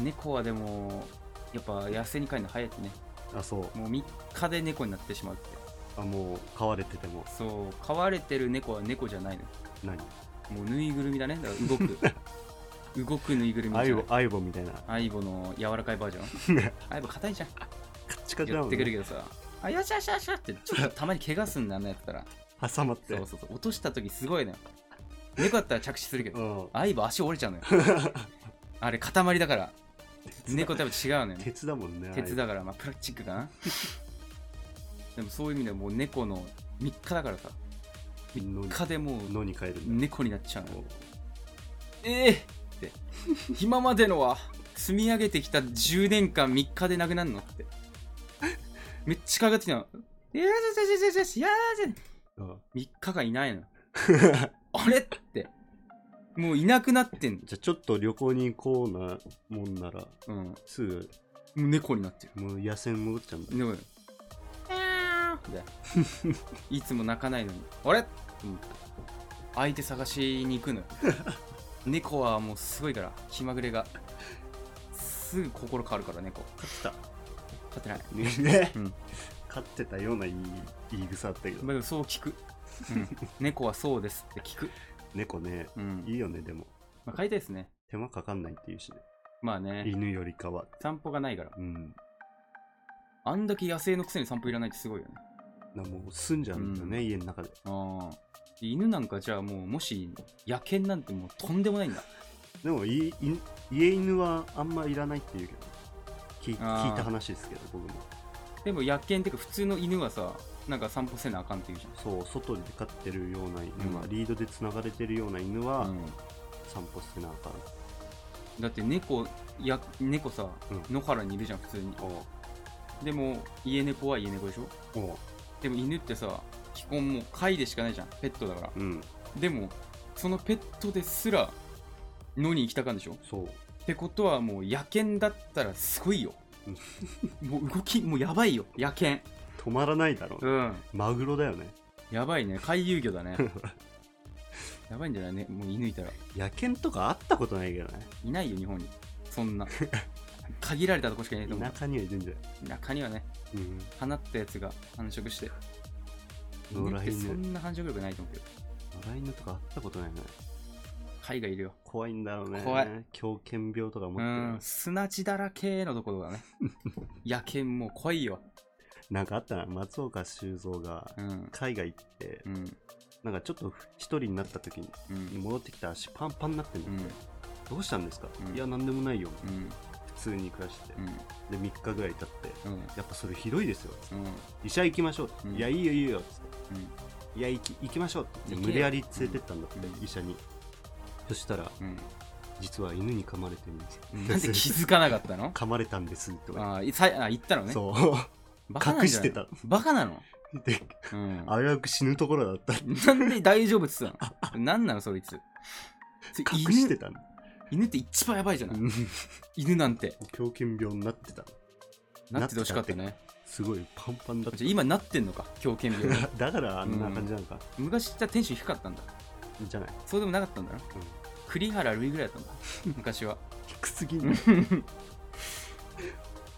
Speaker 3: 猫はでもやっぱ野生に帰るの早いってね
Speaker 1: あそう
Speaker 3: もう3日で猫になってしまうって
Speaker 1: あもう飼われてても
Speaker 3: そう飼われてる猫は猫じゃないの
Speaker 1: 何
Speaker 3: もうぬいぐるみだねだから動 く動くぬいぐるみ
Speaker 1: ア
Speaker 3: じ
Speaker 1: イ
Speaker 3: ゃな
Speaker 1: ボ
Speaker 3: い
Speaker 1: アイボみたいな
Speaker 3: アイボの柔らかいバージョ ンアイボ硬いじゃん
Speaker 1: カッチカチだ
Speaker 3: 言
Speaker 1: も
Speaker 3: っ
Speaker 1: ん
Speaker 3: てくる
Speaker 1: ね
Speaker 3: けどさあよしゃしゃしゃってちょっとたまに怪我すんだあんなやったら
Speaker 1: 挟まって
Speaker 3: そうそうそう落とした時すごいのよ猫だったら着地するけ
Speaker 1: うん
Speaker 3: どアイボ足折れちゃう のよあれ塊だから猫多分違うのよね
Speaker 1: 鉄だもんね
Speaker 3: 鉄だからまあプラスチック かなでもそういう意味ではもう猫の3日だからさ3日でもう
Speaker 1: のに変えるんだ。
Speaker 3: 猫になっちゃうのええって今までのは積み上げてきた10年間3日でなくなるのってめっちゃかかってきたのよしよしよしよしよしよし
Speaker 1: あ
Speaker 3: 3日間いないのあれってもういなくなってんの
Speaker 1: じゃあちょっと旅行に行こうなもんなら、
Speaker 3: うんも
Speaker 1: すぐ
Speaker 3: う猫になってる
Speaker 1: もう野戦戻っちゃうんだ。
Speaker 3: でもでいつも泣かないのにあれ、うん相手探しに行く のよ猫はもうすごいから気まぐれがすぐ心変わるから猫
Speaker 1: 勝っ
Speaker 3: 勝てない
Speaker 1: てた。ね、
Speaker 3: うん
Speaker 1: 勝ってたような言い言い草あったけど
Speaker 3: ま、あでもそう聞く、うん、猫はそうですって聞く、
Speaker 1: 猫ね、
Speaker 3: うん
Speaker 1: いいよね、でも。
Speaker 3: まあ、飼いたいですね
Speaker 1: 手間かかんないっていうしね。
Speaker 3: まあね
Speaker 1: 犬よりかは。
Speaker 3: 散歩がないから
Speaker 1: うん。
Speaker 3: あんだけ野生のくせに散歩いらないってすごいよね
Speaker 1: なもう住んじゃうんだよね、
Speaker 3: う
Speaker 1: 家の中で。
Speaker 3: ああ犬なんかじゃあもうもし野犬なんてもうとんでもないんだ
Speaker 1: でもいい家犬はあんまいらないっていうけど聞い
Speaker 3: あー
Speaker 1: 聞いた話ですけど僕も
Speaker 3: でも野犬っていうか普通の犬はさなんか散歩せなあかんって言うじ
Speaker 1: そう外で飼ってるような犬は、
Speaker 3: うん
Speaker 1: リードでつながれてるような犬
Speaker 3: ゃ
Speaker 1: は、
Speaker 3: ん、うん、
Speaker 1: 散歩してなあかん
Speaker 3: だって猫や猫さ、
Speaker 1: う
Speaker 3: 野原にいるじゃん普通に
Speaker 1: お
Speaker 3: でも家猫は家猫でしょ
Speaker 1: うおう
Speaker 3: でも犬ってさ基本もう飼いでしかないじゃんペットだから
Speaker 1: うん
Speaker 3: でもそのペットですら野に行きたかんでしょ
Speaker 1: そう
Speaker 3: ってことはもう野犬だったらすごいよ
Speaker 1: うん
Speaker 3: もう動きもうやばいよ野犬
Speaker 1: 止まらないだろう、
Speaker 3: うん
Speaker 1: マグロだよね
Speaker 3: やばいね回遊魚だねやばいんじゃないねもう犬いたら
Speaker 1: 野犬とか会ったことないけどね
Speaker 3: いないよ日本にそん な限られたとこしかいないと思う
Speaker 1: 田舎にはいるんじゃ
Speaker 3: 中にはね
Speaker 1: ない、うん、
Speaker 3: 放ったやつが繁殖して
Speaker 1: 野
Speaker 3: 犬っ
Speaker 1: 良
Speaker 3: て
Speaker 1: 犬
Speaker 3: そ
Speaker 1: 野
Speaker 3: んな繁殖力ないと思うけど
Speaker 1: 良犬とか会ったことないね
Speaker 3: 海外いるよ
Speaker 1: 怖いんだろうね
Speaker 3: 怖
Speaker 1: い狂犬病とか持
Speaker 3: う
Speaker 1: ってる
Speaker 3: ん砂地だらけのところ だね野犬もう怖いよ
Speaker 1: なんかあったな松岡修造が
Speaker 3: うん
Speaker 1: 海外行って、
Speaker 3: うん
Speaker 1: なんかちょっと一人になった時に
Speaker 3: うん
Speaker 1: 戻ってきた足パンパンになってんの、
Speaker 3: うん
Speaker 1: どうしたんですか、
Speaker 3: うん
Speaker 1: いやなんでもないよ
Speaker 3: うん
Speaker 1: 普通に暮らしてて、
Speaker 3: うん
Speaker 1: で3日ぐらい経って
Speaker 3: うん
Speaker 1: やっぱそれひどいですよ
Speaker 3: うん
Speaker 1: 医者行きましょう、
Speaker 3: うん
Speaker 1: いやいいよいいよつっていや行き行きましょうって言って
Speaker 3: 行け
Speaker 1: 無理やり連れてったんだって、
Speaker 3: うん
Speaker 1: 医者にそしたら
Speaker 3: うん
Speaker 1: 実は犬に噛まれてるんです
Speaker 3: うんなんで気づかなかったの
Speaker 1: 噛まれたんですって言わ
Speaker 3: あーいさあ言ったの
Speaker 1: れ
Speaker 3: ね
Speaker 1: てそ
Speaker 3: バカなんじゃない
Speaker 1: 隠してた
Speaker 3: バカなの
Speaker 1: うで
Speaker 3: うん
Speaker 1: 危うく死ぬところだった
Speaker 3: なんで大丈夫っつったの なんなのそいつそれ
Speaker 1: 隠してたんだ
Speaker 3: 犬犬って一番やばいじゃない
Speaker 1: うん
Speaker 3: 犬なんて
Speaker 1: 狂犬病になってた
Speaker 3: なっててほしかったね
Speaker 1: すごいパンパンだった
Speaker 3: じゃあ今なってんのか狂犬 病
Speaker 1: だからあんな感じなのか、
Speaker 3: 昔じゃテンション低かったんだ
Speaker 1: じゃない、
Speaker 3: そうでもなかったんだな
Speaker 1: うん
Speaker 3: 栗原類ぐらいだったんだ昔は
Speaker 1: 低すぎ る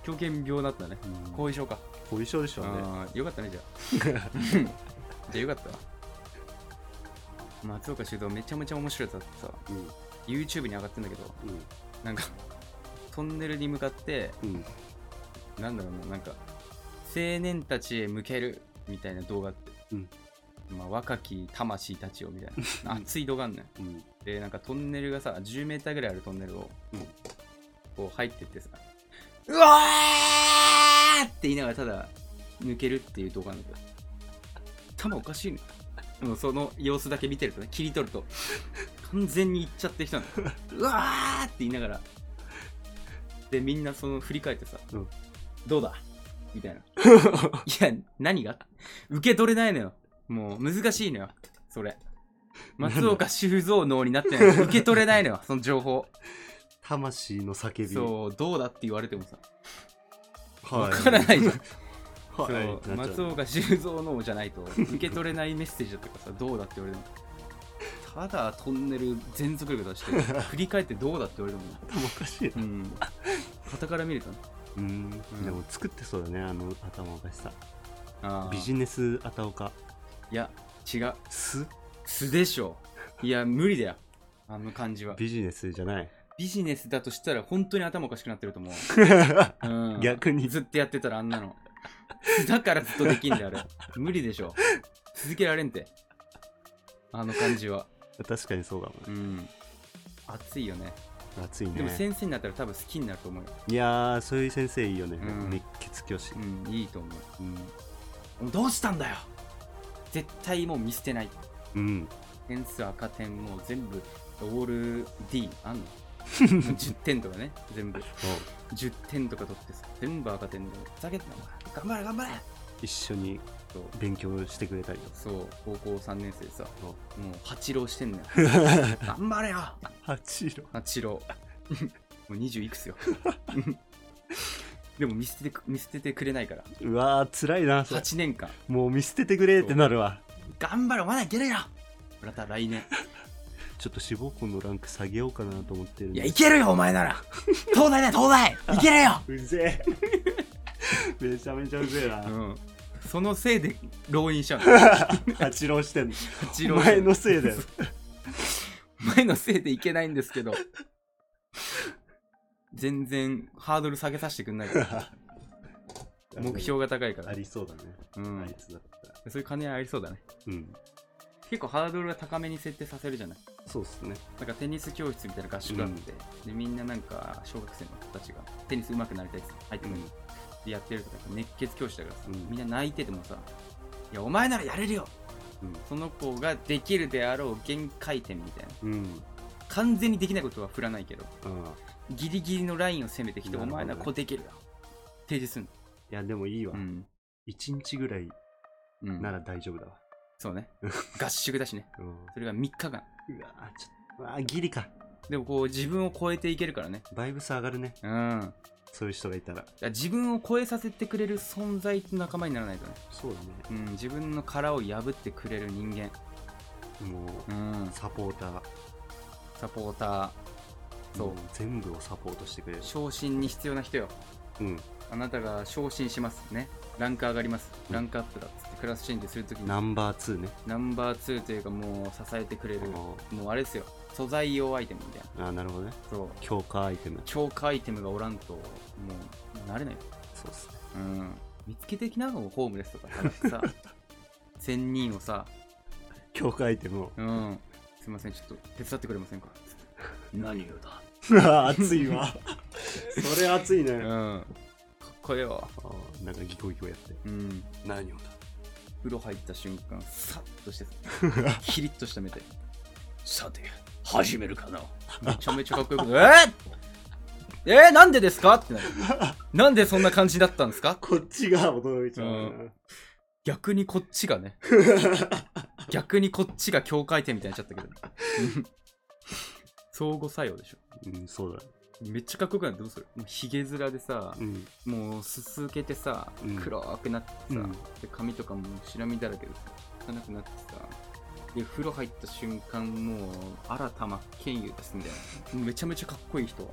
Speaker 3: 狂犬病だったね後遺症か
Speaker 1: 後遺症でしょうね
Speaker 3: あーよかったね じゃあじゃあよかったわ松岡修造めちゃめちゃ面白いやつだってさ
Speaker 1: うん
Speaker 3: YouTube に上がってんだけど
Speaker 1: うん
Speaker 3: なんかトンネルに向かって
Speaker 1: うん
Speaker 3: なんだろうな、なんか、青年たちへ向けるみたいな動画って、
Speaker 1: うん
Speaker 3: まあ、若き魂たちをみたい な、熱い動画あんねん。
Speaker 1: うん
Speaker 3: で、なんかトンネルがさ、10メーターぐらいあるトンネルを、
Speaker 1: うん
Speaker 3: こう入ってってさ、うわーって言いながらただ抜けるっていう動画なんだけど、頭おかしいのもうその様子だけ見てるとね、切り取ると、完全に行っちゃってる人なの。うわーって言いながら、で、みんなその振り返ってさ、
Speaker 1: うん
Speaker 3: どうだみ たいな。いや、何が受け取れないのよ。もう難しいのよ。それ。松岡修造脳になってない受け取れないのよ、その情報。
Speaker 1: 魂の叫び
Speaker 3: そう、どうだって言われてもさ、
Speaker 1: は
Speaker 3: わからないじゃん。
Speaker 1: はい
Speaker 3: そう
Speaker 1: ってなっち
Speaker 3: 松
Speaker 1: ゃう
Speaker 3: 岡修造脳じゃないと、受け取れないメッセージだったからさ、どうだって言われても。ただトンネル全速力出して、振り返ってどうだって言われても、
Speaker 1: 頭おかしいな
Speaker 3: うん。傍から見るとね。
Speaker 1: うん
Speaker 3: うん
Speaker 1: でも作ってそうだねあの頭おかしさ
Speaker 3: あー
Speaker 1: ビジネス頭おか
Speaker 3: いや、違う。
Speaker 1: す
Speaker 3: 素でしょ。いや、無理だよ。あの感じは。
Speaker 1: ビジネスじゃない
Speaker 3: ビジネスだとしたら本当に頭おかしくなってると思う。うん、
Speaker 1: 逆に
Speaker 3: ずっとやってたらあんなの。だからずっとできんだよ、あれ。無理でしょ。続けられんて。あの感じは。
Speaker 1: 確かにそうかもね
Speaker 3: うん。熱いよね。
Speaker 1: 熱い
Speaker 3: でも
Speaker 1: ね
Speaker 3: 先生になったら多分好きになると思うよ。
Speaker 1: いやーそういう先生いいよね
Speaker 3: うん
Speaker 1: 熱血教師
Speaker 3: うん、いいと思
Speaker 1: うん
Speaker 3: う。どうしたんだよ絶対もう見捨てない。
Speaker 1: うん。
Speaker 3: 点数赤点もう全部オール D あんの10点とかね全部
Speaker 1: そう
Speaker 3: 10点とか取ってさ全部赤点でふざけんなお前頑張れ頑張れ
Speaker 1: 一緒に
Speaker 3: そう
Speaker 1: 勉強してくれたりとか。
Speaker 3: そう高校3年生でさ
Speaker 1: そ
Speaker 3: も
Speaker 1: う
Speaker 3: う八郎して んのよ頑張れよ
Speaker 1: 八色。
Speaker 3: 八 郎もう20いくつよでも見捨てて見捨ててくれないから
Speaker 1: うわー、辛いな、それ。
Speaker 3: 8年間
Speaker 1: もう見捨ててくれってなるわ。
Speaker 3: 頑張れお前らいけるよまた来年
Speaker 1: ちょっと志望校のランク下げようかなと思ってるん
Speaker 3: い
Speaker 1: で
Speaker 3: やいけるよお前なら東大だよ東大いけるよ
Speaker 1: うぜえ めちゃめちゃうぜえな
Speaker 3: うんそのせいで浪人しちゃうの
Speaker 1: 八郎してんの
Speaker 3: 八
Speaker 1: お
Speaker 3: 郎
Speaker 1: 前のせい だよ
Speaker 3: 前のせいでいけないんですけど全然ハードル下げさせてくんない から目標が高いから
Speaker 1: あ、りそうだね、
Speaker 3: うん
Speaker 1: あいつだったら
Speaker 3: そういう兼ね合いありそうだね
Speaker 1: うん
Speaker 3: 結構ハードルが高めに設定させるじゃない
Speaker 1: そうっすね
Speaker 3: なんかテニス教室みたいな合宿があって、でみんななんか小学生の子たちがテニス上手くなりたいって入ってくる、でやってるとか熱血教師だからさ、
Speaker 1: うん
Speaker 3: みんな泣いててもさ「いやお前ならやれるよ!」その子ができるであろう限界点みたいな
Speaker 1: うんうん
Speaker 3: 完全にできないことは振らないけど
Speaker 1: ああ
Speaker 3: ギリギリのラインを攻めてきて「
Speaker 1: な
Speaker 3: お
Speaker 1: るほどね
Speaker 3: 前ならこうできるよ」提示すんの
Speaker 1: いやでもいいわ、
Speaker 3: ん、
Speaker 1: 一日ぐらい
Speaker 3: うん、
Speaker 1: なら大丈夫だわ、
Speaker 3: そうね合宿だしね
Speaker 1: うん
Speaker 3: それが3日間
Speaker 1: うわーちょっとうわーギリか
Speaker 3: でもこう自分を超えていけるからね
Speaker 1: バイブス上がるね
Speaker 3: うん
Speaker 1: そういう人がいたら
Speaker 3: だから自分を超えさせてくれる存在と仲間にならないとね、
Speaker 1: そうだ
Speaker 3: うん、自分の殻を破ってくれる人間、
Speaker 1: ねもう、
Speaker 3: うん、
Speaker 1: サポーター
Speaker 3: サポーターそ
Speaker 1: も
Speaker 3: う
Speaker 1: 全部をサポートしてくれる
Speaker 3: 昇進に必要な人よ
Speaker 1: うん
Speaker 3: あなたが昇進しますねランク上がりますランクアップだっつってクラスチェンジするときに
Speaker 1: ナンバー2ね
Speaker 3: ナンバー2というかもう支えてくれるも
Speaker 1: あ
Speaker 3: うあれですよ素材用アイテムみたいな
Speaker 1: あーなるほどね
Speaker 3: そう
Speaker 1: 強化アイテム
Speaker 3: 強化アイテムがおらんともうなれないよ
Speaker 1: そうっすね
Speaker 3: うん見つけてきなのホームレスとか探してさ 仙人をさ
Speaker 1: 強化アイテムを
Speaker 3: うん。すいません、ちょっと手伝ってくれませんか何をだ
Speaker 1: うわ 熱いわ それ熱いね、
Speaker 3: うん。
Speaker 1: あ
Speaker 3: かっこええわ。
Speaker 1: ーなんかギコギコやって
Speaker 3: うん。
Speaker 1: 何をだ
Speaker 3: 風呂入った瞬間、さっとしてさ、 キリッとした目で。さて、始めるかな。めちゃめちゃかっこよくて、えー、えー、なんでですかってなる。なんでそんな感じだったんですか
Speaker 1: こっちが驚いちゃうな、
Speaker 3: う逆にこっちが ね。逆にこっちが境界点みたいになっちゃったけど。 相互作用でしょ。
Speaker 1: うんそうだ
Speaker 3: めっちゃかっこよくないどうするもうヒゲ面でさ、
Speaker 1: うん
Speaker 3: もうすすけてさ
Speaker 1: うん
Speaker 3: 黒くなってさ、
Speaker 1: うん
Speaker 3: で髪とかも白みだらけでさ汚くなってさで風呂入った瞬間もう新た真剣佑ですんだよめちゃめちゃかっこいい人は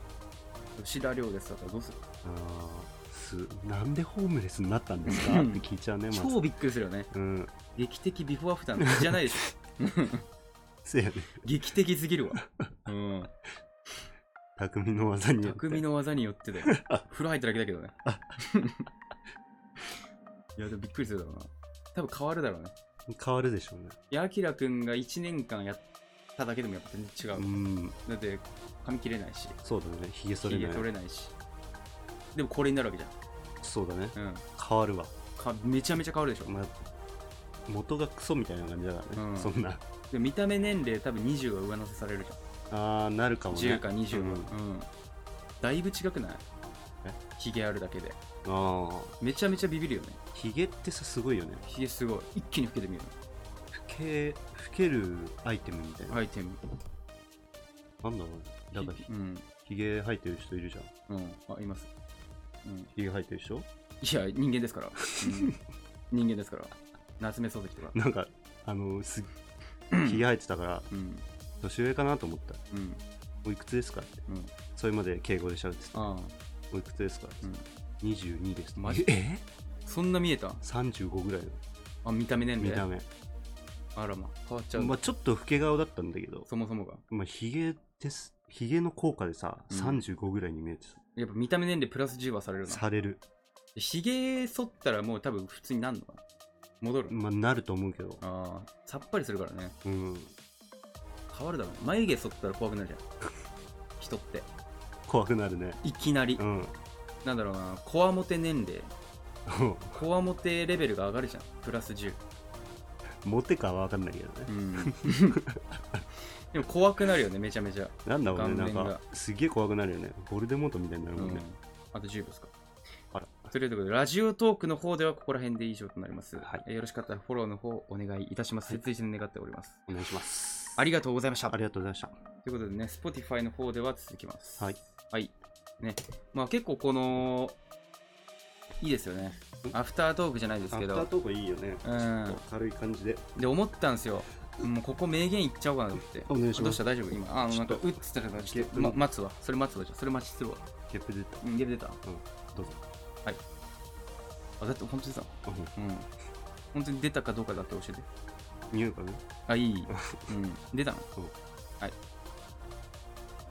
Speaker 3: 吉田亮ですだからどうする
Speaker 1: あーすなんでホームレスになったんですかって聞いちゃうねまず
Speaker 3: 超びっくりするよね
Speaker 1: うん
Speaker 3: 劇的ビフォーアフターの日じゃな いですよ
Speaker 1: せやね
Speaker 3: 劇的すぎるわうん
Speaker 1: 匠の技によって
Speaker 3: 匠の技によってだよ風呂入っただけだけどね いやでもびっくりするだろうな多分変わるだろうね
Speaker 1: 変わるでしょうね
Speaker 3: いや、あきらくんが1年間やっただけでもやっぱ全然違
Speaker 1: う
Speaker 3: う。
Speaker 1: ん
Speaker 3: だって、髪切れないし、
Speaker 1: そうだねひげ剃れ
Speaker 3: 髭
Speaker 1: ない
Speaker 3: 取れないし。でもこれになるわけ
Speaker 1: そうだね
Speaker 3: じゃん。うん。
Speaker 1: 変わるわ、
Speaker 3: かめちゃめちゃ変わるでしょ。
Speaker 1: まあ、元がクソみたいな感じだからね、
Speaker 3: うん
Speaker 1: そんな
Speaker 3: で見た目年齢多分20が上乗せされるじゃ
Speaker 1: ああなるか
Speaker 3: ん。
Speaker 1: もね
Speaker 3: 10か20
Speaker 1: う
Speaker 3: は。うんん。だいぶ違くない
Speaker 1: え
Speaker 3: ヒゲあるだけで。
Speaker 1: ああ
Speaker 3: めちゃめちゃビビるよね。
Speaker 1: ひげってさすごいよね
Speaker 3: ヒゲすごい。一気に老けてみる
Speaker 1: 老け老けるアイテムみたいな、
Speaker 3: アイテム。
Speaker 1: なんだろうねなんかひ
Speaker 3: うん。
Speaker 1: ひげ生えてる人いるじゃん
Speaker 3: うん。あ、います。うん。い
Speaker 1: ひげ生えてる人
Speaker 3: や、人間ですから。 うん、人間ですから。夏目漱石とか。
Speaker 1: なんかあのす ひげ生えてたから
Speaker 3: うん。
Speaker 1: 年上かなと思った
Speaker 3: うん。
Speaker 1: おいくつですかって
Speaker 3: うん。
Speaker 1: それまで敬語でしゃべってた
Speaker 3: ああ。
Speaker 1: おいくつですかって、
Speaker 3: うん
Speaker 1: 22です
Speaker 3: マジ
Speaker 1: え
Speaker 3: そんな見えた
Speaker 1: 35ぐらいの
Speaker 3: あ見た目年
Speaker 1: 見
Speaker 3: 齢
Speaker 1: た目、
Speaker 3: あらま変わっちゃう、
Speaker 1: まあ、ちょっと老け顔だったんだけど
Speaker 3: そもそもが
Speaker 1: まあひげってすひげの効果でさ
Speaker 3: うん
Speaker 1: 35ぐらいに見えてさ、
Speaker 3: やっぱ見た目年齢プラス10はされるな
Speaker 1: される
Speaker 3: ひげ剃ったらもう多分普通になんのかな戻る、
Speaker 1: まあなると思うけど
Speaker 3: ああさっぱりするからね
Speaker 1: うん
Speaker 3: 変わるだろうね眉毛剃ったら怖くなるじゃん人って
Speaker 1: 怖くなるね
Speaker 3: いきなり、
Speaker 1: うん
Speaker 3: なんだろうなこわもて年齢こわもてレベルが上がるじゃんプラス10
Speaker 1: モテかは分かんないけどね
Speaker 3: う。んでも怖くなるよねめちゃめちゃ、
Speaker 1: なんだろうね、な
Speaker 3: 顔
Speaker 1: ん
Speaker 3: 面が
Speaker 1: か、すげえ怖くなるよね。ボルデモートみたいになる
Speaker 3: う
Speaker 1: もん
Speaker 3: ん
Speaker 1: ね。、
Speaker 3: あと10秒ですか
Speaker 1: あら、
Speaker 3: ということでラジオトークの方ではここら辺で以上となります、
Speaker 1: はい
Speaker 3: えーよろしかったらフォローの方お願いいたします切実に願っております、
Speaker 1: お願いします。
Speaker 3: ありがとうございました
Speaker 1: ありがとうございました。
Speaker 3: ということでね、Spotify の方では続きます。
Speaker 1: はい。
Speaker 3: はい。ね。まあ結構この、いいですよね。アフタートークじゃないです
Speaker 1: ア
Speaker 3: け
Speaker 1: フター
Speaker 3: ど。
Speaker 1: トークいいよね。
Speaker 3: うん。
Speaker 1: 軽い感じで。
Speaker 3: で、思ったんですよ。もうここ名言いっちゃおうかなと思って。
Speaker 1: お願いし
Speaker 3: ど
Speaker 1: ま
Speaker 3: うし
Speaker 1: す。
Speaker 3: た大丈夫今。あ、あの
Speaker 1: ちょ
Speaker 3: なん
Speaker 1: っ
Speaker 3: か、
Speaker 1: と
Speaker 3: うっつったら、ちょっと、
Speaker 1: うん
Speaker 3: ま、待つわ。それ待つわ。じゃあそれ待ちするわ。
Speaker 1: ゲップ出た。
Speaker 3: うん、ゲーム出た。
Speaker 1: どうぞ。
Speaker 3: あ、だって本当にさ、
Speaker 1: うん
Speaker 3: うん。本当に出たかどうかだって教えて。
Speaker 1: 匂いかね。
Speaker 3: あ、いい。 うん。出たの
Speaker 1: うん
Speaker 3: はい。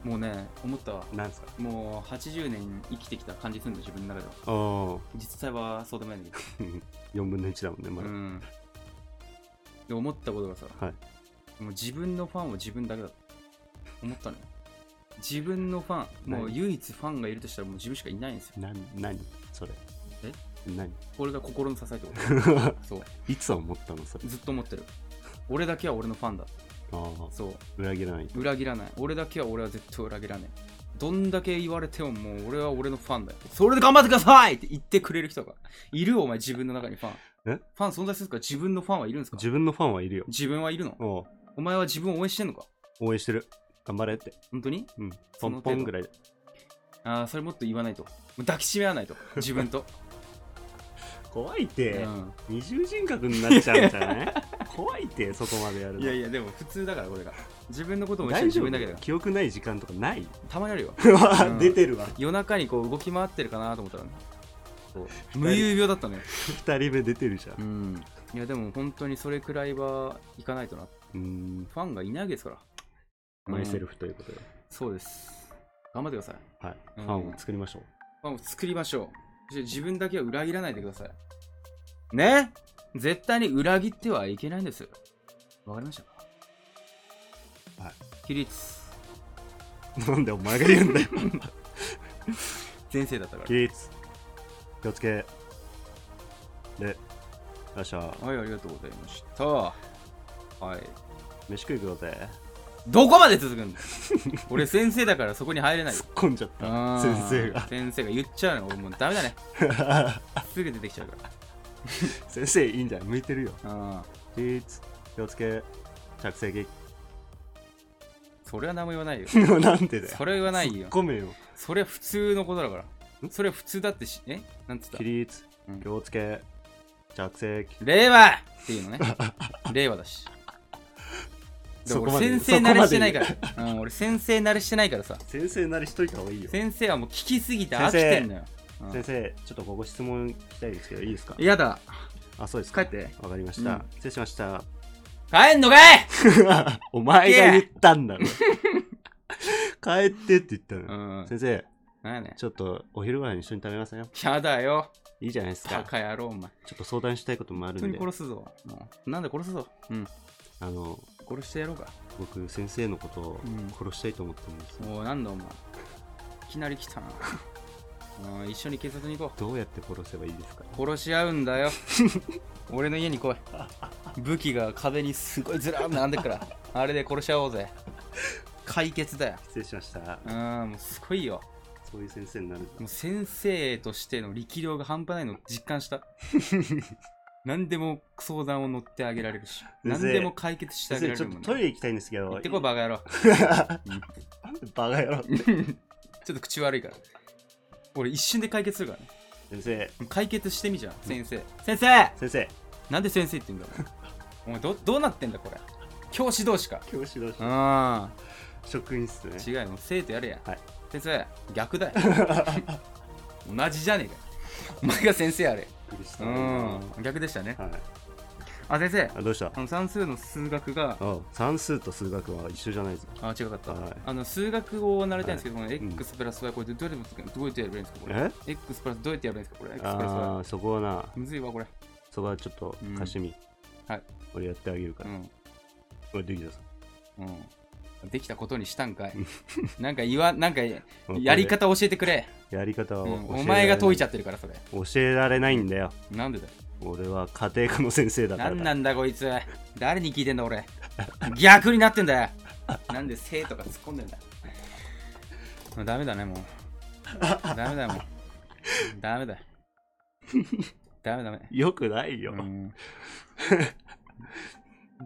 Speaker 3: もうね、思ったわ。
Speaker 1: なんすか
Speaker 3: もう80年生きてきた感じするんだ、自分の中では。
Speaker 1: ああ。
Speaker 3: 実際はそうでもないんだけ
Speaker 1: 4分の1だもんね、
Speaker 3: ど、
Speaker 1: まだ。
Speaker 3: うん、で思ったことがさ、
Speaker 1: はい
Speaker 3: もう自分のファンは自分だけだと思ったのよ自分のファンもう
Speaker 1: 何
Speaker 3: 唯一ファンがいるとしたらもう自分しかいないんですよ
Speaker 1: な、なにそれ。
Speaker 3: え
Speaker 1: 何
Speaker 3: これが心の支えってこと そう
Speaker 1: いつ思ったのそれ。
Speaker 3: ずっと思ってる俺だけは俺のファンだ
Speaker 1: ああ。
Speaker 3: そ
Speaker 1: 裏切らない。
Speaker 3: う裏切らない俺だけは俺は絶対裏切らないどんだけ言われてももう俺は俺のファンだよそれで頑張ってくださいって言ってくれる人がいるお前自分の中にファン
Speaker 1: え
Speaker 3: ファン存在するか自分のファンはいるんですか
Speaker 1: 自分のファンはいるよ。
Speaker 3: 自分はいるの
Speaker 1: おう
Speaker 3: お前は自分を応援してんのか
Speaker 1: 応援してる。頑張れって。
Speaker 3: 本当に
Speaker 1: うん。
Speaker 3: そ
Speaker 1: ポ
Speaker 3: の
Speaker 1: ン
Speaker 3: 程
Speaker 1: ポ
Speaker 3: 度
Speaker 1: ンぐらいで。
Speaker 3: ああ、それもっと言わないと。もう抱きしめ合わないと。自 分と。
Speaker 1: 怖いうて。
Speaker 3: ん、
Speaker 1: 二重人格になっちゃうんじゃない 怖いって、そこまでやるの。
Speaker 3: いやいや、でも普通だから、俺が。自分のことを応援して
Speaker 1: 大
Speaker 3: る自
Speaker 1: 丈夫
Speaker 3: 分だけだか
Speaker 1: 記憶ない時間とかない
Speaker 3: ら。たまにあるよ。ん
Speaker 1: 出てるわ。
Speaker 3: 夜中にこう動き回ってるかなと思ったらね。そう無遊病だったね。
Speaker 1: 二人目出てるじゃん
Speaker 3: う。ん。いや、でも本当にそれくらいはいかないとな。
Speaker 1: うーん。
Speaker 3: ファンがいないわけですから。
Speaker 1: マイセルフということで。
Speaker 3: そうです。頑張ってください。
Speaker 1: はい。フ
Speaker 3: うん
Speaker 1: ァンを作りましょう。
Speaker 3: ファンを作りましょう。そして自分だけは裏切らないでください。ね絶対に裏切ってはいけないんです。わかりましたか
Speaker 1: はい。
Speaker 3: 起立。
Speaker 1: なんでお前が言 うんだよ。
Speaker 3: 前世だったか
Speaker 1: 起立。気をつけ。で、よっしゃ。
Speaker 3: ら。はい、ありがとうございました。はい。
Speaker 1: 飯食いくろて。
Speaker 3: どこまで続 くんだ俺先生だからそこに入れないよ
Speaker 1: 突っ。込んじゃった。
Speaker 3: あ
Speaker 1: 先
Speaker 3: ー
Speaker 1: 生 が。
Speaker 3: 先生が言っちゃうの。俺もうダ メだね。すぐ出てきちゃうから。
Speaker 1: 先生いいんじゃん。向いてるよ。
Speaker 3: あ
Speaker 1: 起立。気をつけ。着 席。
Speaker 3: それは何も言わないよ。
Speaker 1: なんでだよ。
Speaker 3: それは言わない
Speaker 1: 突
Speaker 3: よ
Speaker 1: っ。込めよ。
Speaker 3: それは普通のことだから
Speaker 1: ん。
Speaker 3: それは普通だってし、えなんつった
Speaker 1: 起立
Speaker 3: うん。
Speaker 1: 気をつけ。着席。
Speaker 3: 令和って いうのね。令和だし。で
Speaker 1: そ
Speaker 3: も
Speaker 1: こまで
Speaker 3: 俺先生慣れしてないから。うん、俺先生慣れしてないからさ。
Speaker 1: 先生なりしといた方がいいよ。
Speaker 3: 先生はもう聞きすぎて飽きてんのよ。うん
Speaker 1: 先生、ちょっとここ質問聞きたいんですけど、いいですか
Speaker 3: やだ。
Speaker 1: あ、そうです
Speaker 3: 帰
Speaker 1: か。
Speaker 3: って。
Speaker 1: わかりまし
Speaker 3: うん
Speaker 1: た。失礼しました。
Speaker 3: 帰んのかい
Speaker 1: お前が言ったんだろ。帰ってって言った
Speaker 3: う
Speaker 1: のよ。
Speaker 3: ん。
Speaker 1: 先生、
Speaker 3: なんやね
Speaker 1: ちょっとお昼ご飯一緒に食べませんよ。
Speaker 3: ん。やだよ。
Speaker 1: いいじゃないです
Speaker 3: バ
Speaker 1: か。
Speaker 3: カ野郎、お前。
Speaker 1: ちょっと相談したいこともある
Speaker 3: 本当
Speaker 1: ん
Speaker 3: に
Speaker 1: で。
Speaker 3: 殺すぞ。うんなんで殺すぞ。うん。
Speaker 1: あの、
Speaker 3: 殺してやろうか。
Speaker 1: 僕、先生のことを
Speaker 3: うん
Speaker 1: 殺したいと思ってるんです。
Speaker 3: おう、なんだお前。いきなり来 たな。うん、一緒に警察に行こ
Speaker 1: どうやって殺せばいいですか
Speaker 3: う。殺し合うんだよ。 俺の家に来い。武器が壁にすごいずらーっと並んでっから。あれで殺し合おうぜ。解決だよ。
Speaker 1: 失礼しました。
Speaker 3: うん、もうすごいよ。
Speaker 1: そういう先生になるんだ
Speaker 3: もう先生としての力量が半端ないのを実 感した。何でも相談を乗ってあげられるし、
Speaker 1: 生
Speaker 3: 何でも解決してあげ
Speaker 1: 先
Speaker 3: ら
Speaker 1: 生、ち
Speaker 3: れる
Speaker 1: ょっ
Speaker 3: も
Speaker 1: と
Speaker 3: ん
Speaker 1: トイ
Speaker 3: ね。
Speaker 1: レ行きたいんですけど。
Speaker 3: 行ってこい、バカ野郎。
Speaker 1: なんでバカ野郎って。
Speaker 3: ちょっと口悪いから。俺一瞬で解決するからね。
Speaker 1: 先生、
Speaker 3: 解決してみじゃん、先生。先生
Speaker 1: 先生、
Speaker 3: なんで先生って言うんだろう。お前ど、どうなってんだこれ。教師同士か。
Speaker 1: 教師同士
Speaker 3: う、ん。
Speaker 1: 職員室ね。
Speaker 3: 違うよ、もう生徒やれや。
Speaker 1: はい
Speaker 3: 先生、逆 だよ。同じじゃねえかよ。お前が先生やれ。
Speaker 1: びっくりした
Speaker 3: う
Speaker 1: な。
Speaker 3: ん
Speaker 1: は。
Speaker 3: 逆でしたね。
Speaker 1: い。
Speaker 3: あ、先生。
Speaker 1: あ、どうした
Speaker 3: あの算数の数学が
Speaker 1: あ算数と数学は一緒じゃないぞ。
Speaker 3: あ違かった、
Speaker 1: はい
Speaker 3: あの数学を習いたいんですけど、こ
Speaker 1: うん
Speaker 3: の x プラス y これどうやってどうやってやればいいんですかこれ
Speaker 1: え
Speaker 3: x プラスどうやってやればいいんですかこれ x プラス y
Speaker 1: ああ、そこはな、
Speaker 3: むずいわこれ
Speaker 1: そこはちょっと
Speaker 3: うん
Speaker 1: 貸してみ。
Speaker 3: はい。
Speaker 1: 俺やってあげるか
Speaker 3: う
Speaker 1: ら。
Speaker 3: ん
Speaker 1: 俺できたぞ。
Speaker 3: うんできたことにしたん かいなんか言わなんか
Speaker 1: うん
Speaker 3: やり方教えてくれ、
Speaker 1: やり方は
Speaker 3: うん
Speaker 1: 教えられない
Speaker 3: お前が解いちゃってるからそれ
Speaker 1: 教えられないんだよ。
Speaker 3: なんでだよ
Speaker 1: 俺は家庭科の先生だから
Speaker 3: 何
Speaker 1: だ
Speaker 3: なんだこいつ誰に聞いてんだ俺逆になってんだよなんで「せ」とか突っ込んでんだもうダメだねもうダメだよもうダメだよダメダメ
Speaker 1: よくないよ、
Speaker 3: うん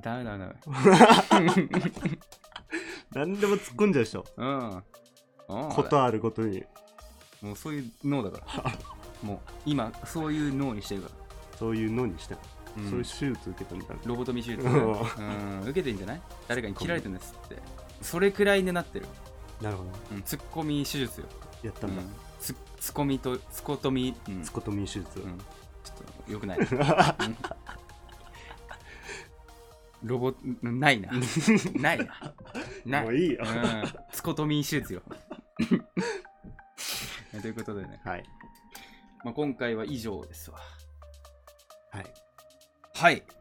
Speaker 3: ダメダメダメ
Speaker 1: 何でも突っ込んじゃうでしょ
Speaker 3: うんうん
Speaker 1: ことあることに
Speaker 3: もうそういう脳だからもう今そういう脳にしてるから、
Speaker 1: そういうのにして、
Speaker 3: うん
Speaker 1: そういう手術受けたみたいな
Speaker 3: ロボトミ手術、
Speaker 1: うん
Speaker 3: うん、受けてんじゃない誰かに切られてんですってそれくらいになってる、
Speaker 1: なるほど
Speaker 3: うん、ツッコミ手術よ、
Speaker 1: やった
Speaker 3: うん
Speaker 1: だ、
Speaker 3: ん、ツツコミとツコトミ、うん
Speaker 1: ツコトミー手術、
Speaker 3: うん、ちょっとよくない、うんロボな いなないなない
Speaker 1: もういいよ
Speaker 3: うん、ツコトミ手術よ ということでね、
Speaker 1: はい
Speaker 3: まあ、今回は以上ですわ
Speaker 1: はい
Speaker 3: はい。とい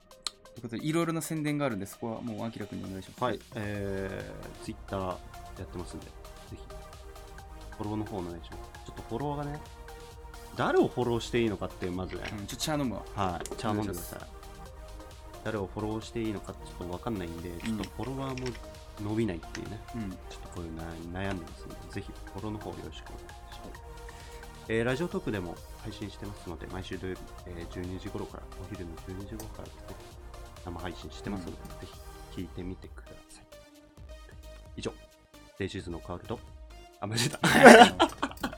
Speaker 3: うことで、いろいろな宣伝があるんで、そこはもう、あきらくんにお願いします。
Speaker 1: はい。えー、ツイッターやってますんでぜひフォローの方お願いしますちょっとフォローがね誰をフォローしていいのかってまずね、
Speaker 3: うん、ちょ、茶飲むわ。
Speaker 1: はい、茶飲んでください。誰をフォローしていいのかちょっとわかんないんで、ちょっとフォロワーも伸びないっていうね、
Speaker 3: うん。
Speaker 1: ちょっとこういうな悩んでますので、ぜひフォローの方よろしくお願いします。えーラジオトークでも配信してますので、毎週土曜日、えー12時頃から、お昼の12時頃からですね、生配信してますので、ぜひ聞いてみてください。以上、デイシーズのカールと、あ、間違えた。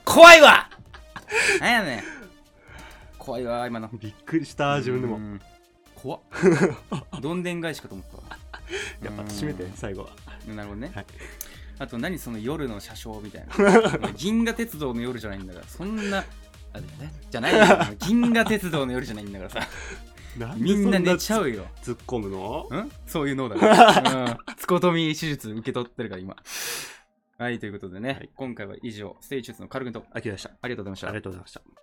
Speaker 3: 怖い わなんやねん。怖いわ、今の。
Speaker 1: びっくりした、自分で
Speaker 3: う
Speaker 1: も。
Speaker 3: ん。怖っ。どんでん返しかと思ったわ。
Speaker 1: やっぱ締めて、最後は。
Speaker 3: うんなるほどね。
Speaker 1: はい
Speaker 3: あと、何その夜の車掌みた いな。銀河鉄道の夜じゃないんだから、そんな。あれだねじゃないよ 銀河鉄道の夜じゃないんだからさ。みんな寝ちゃ
Speaker 1: う。
Speaker 3: うよ。
Speaker 1: 突っ込むの
Speaker 3: んそういう脳だ から。うん。ツコトミ手術受け取ってるから今。はい、ということでね、
Speaker 1: はい
Speaker 3: 今回は以上、ステイチューズのカルグンと
Speaker 1: 秋でした。
Speaker 3: ありがとうございました
Speaker 1: あり。がとうございました。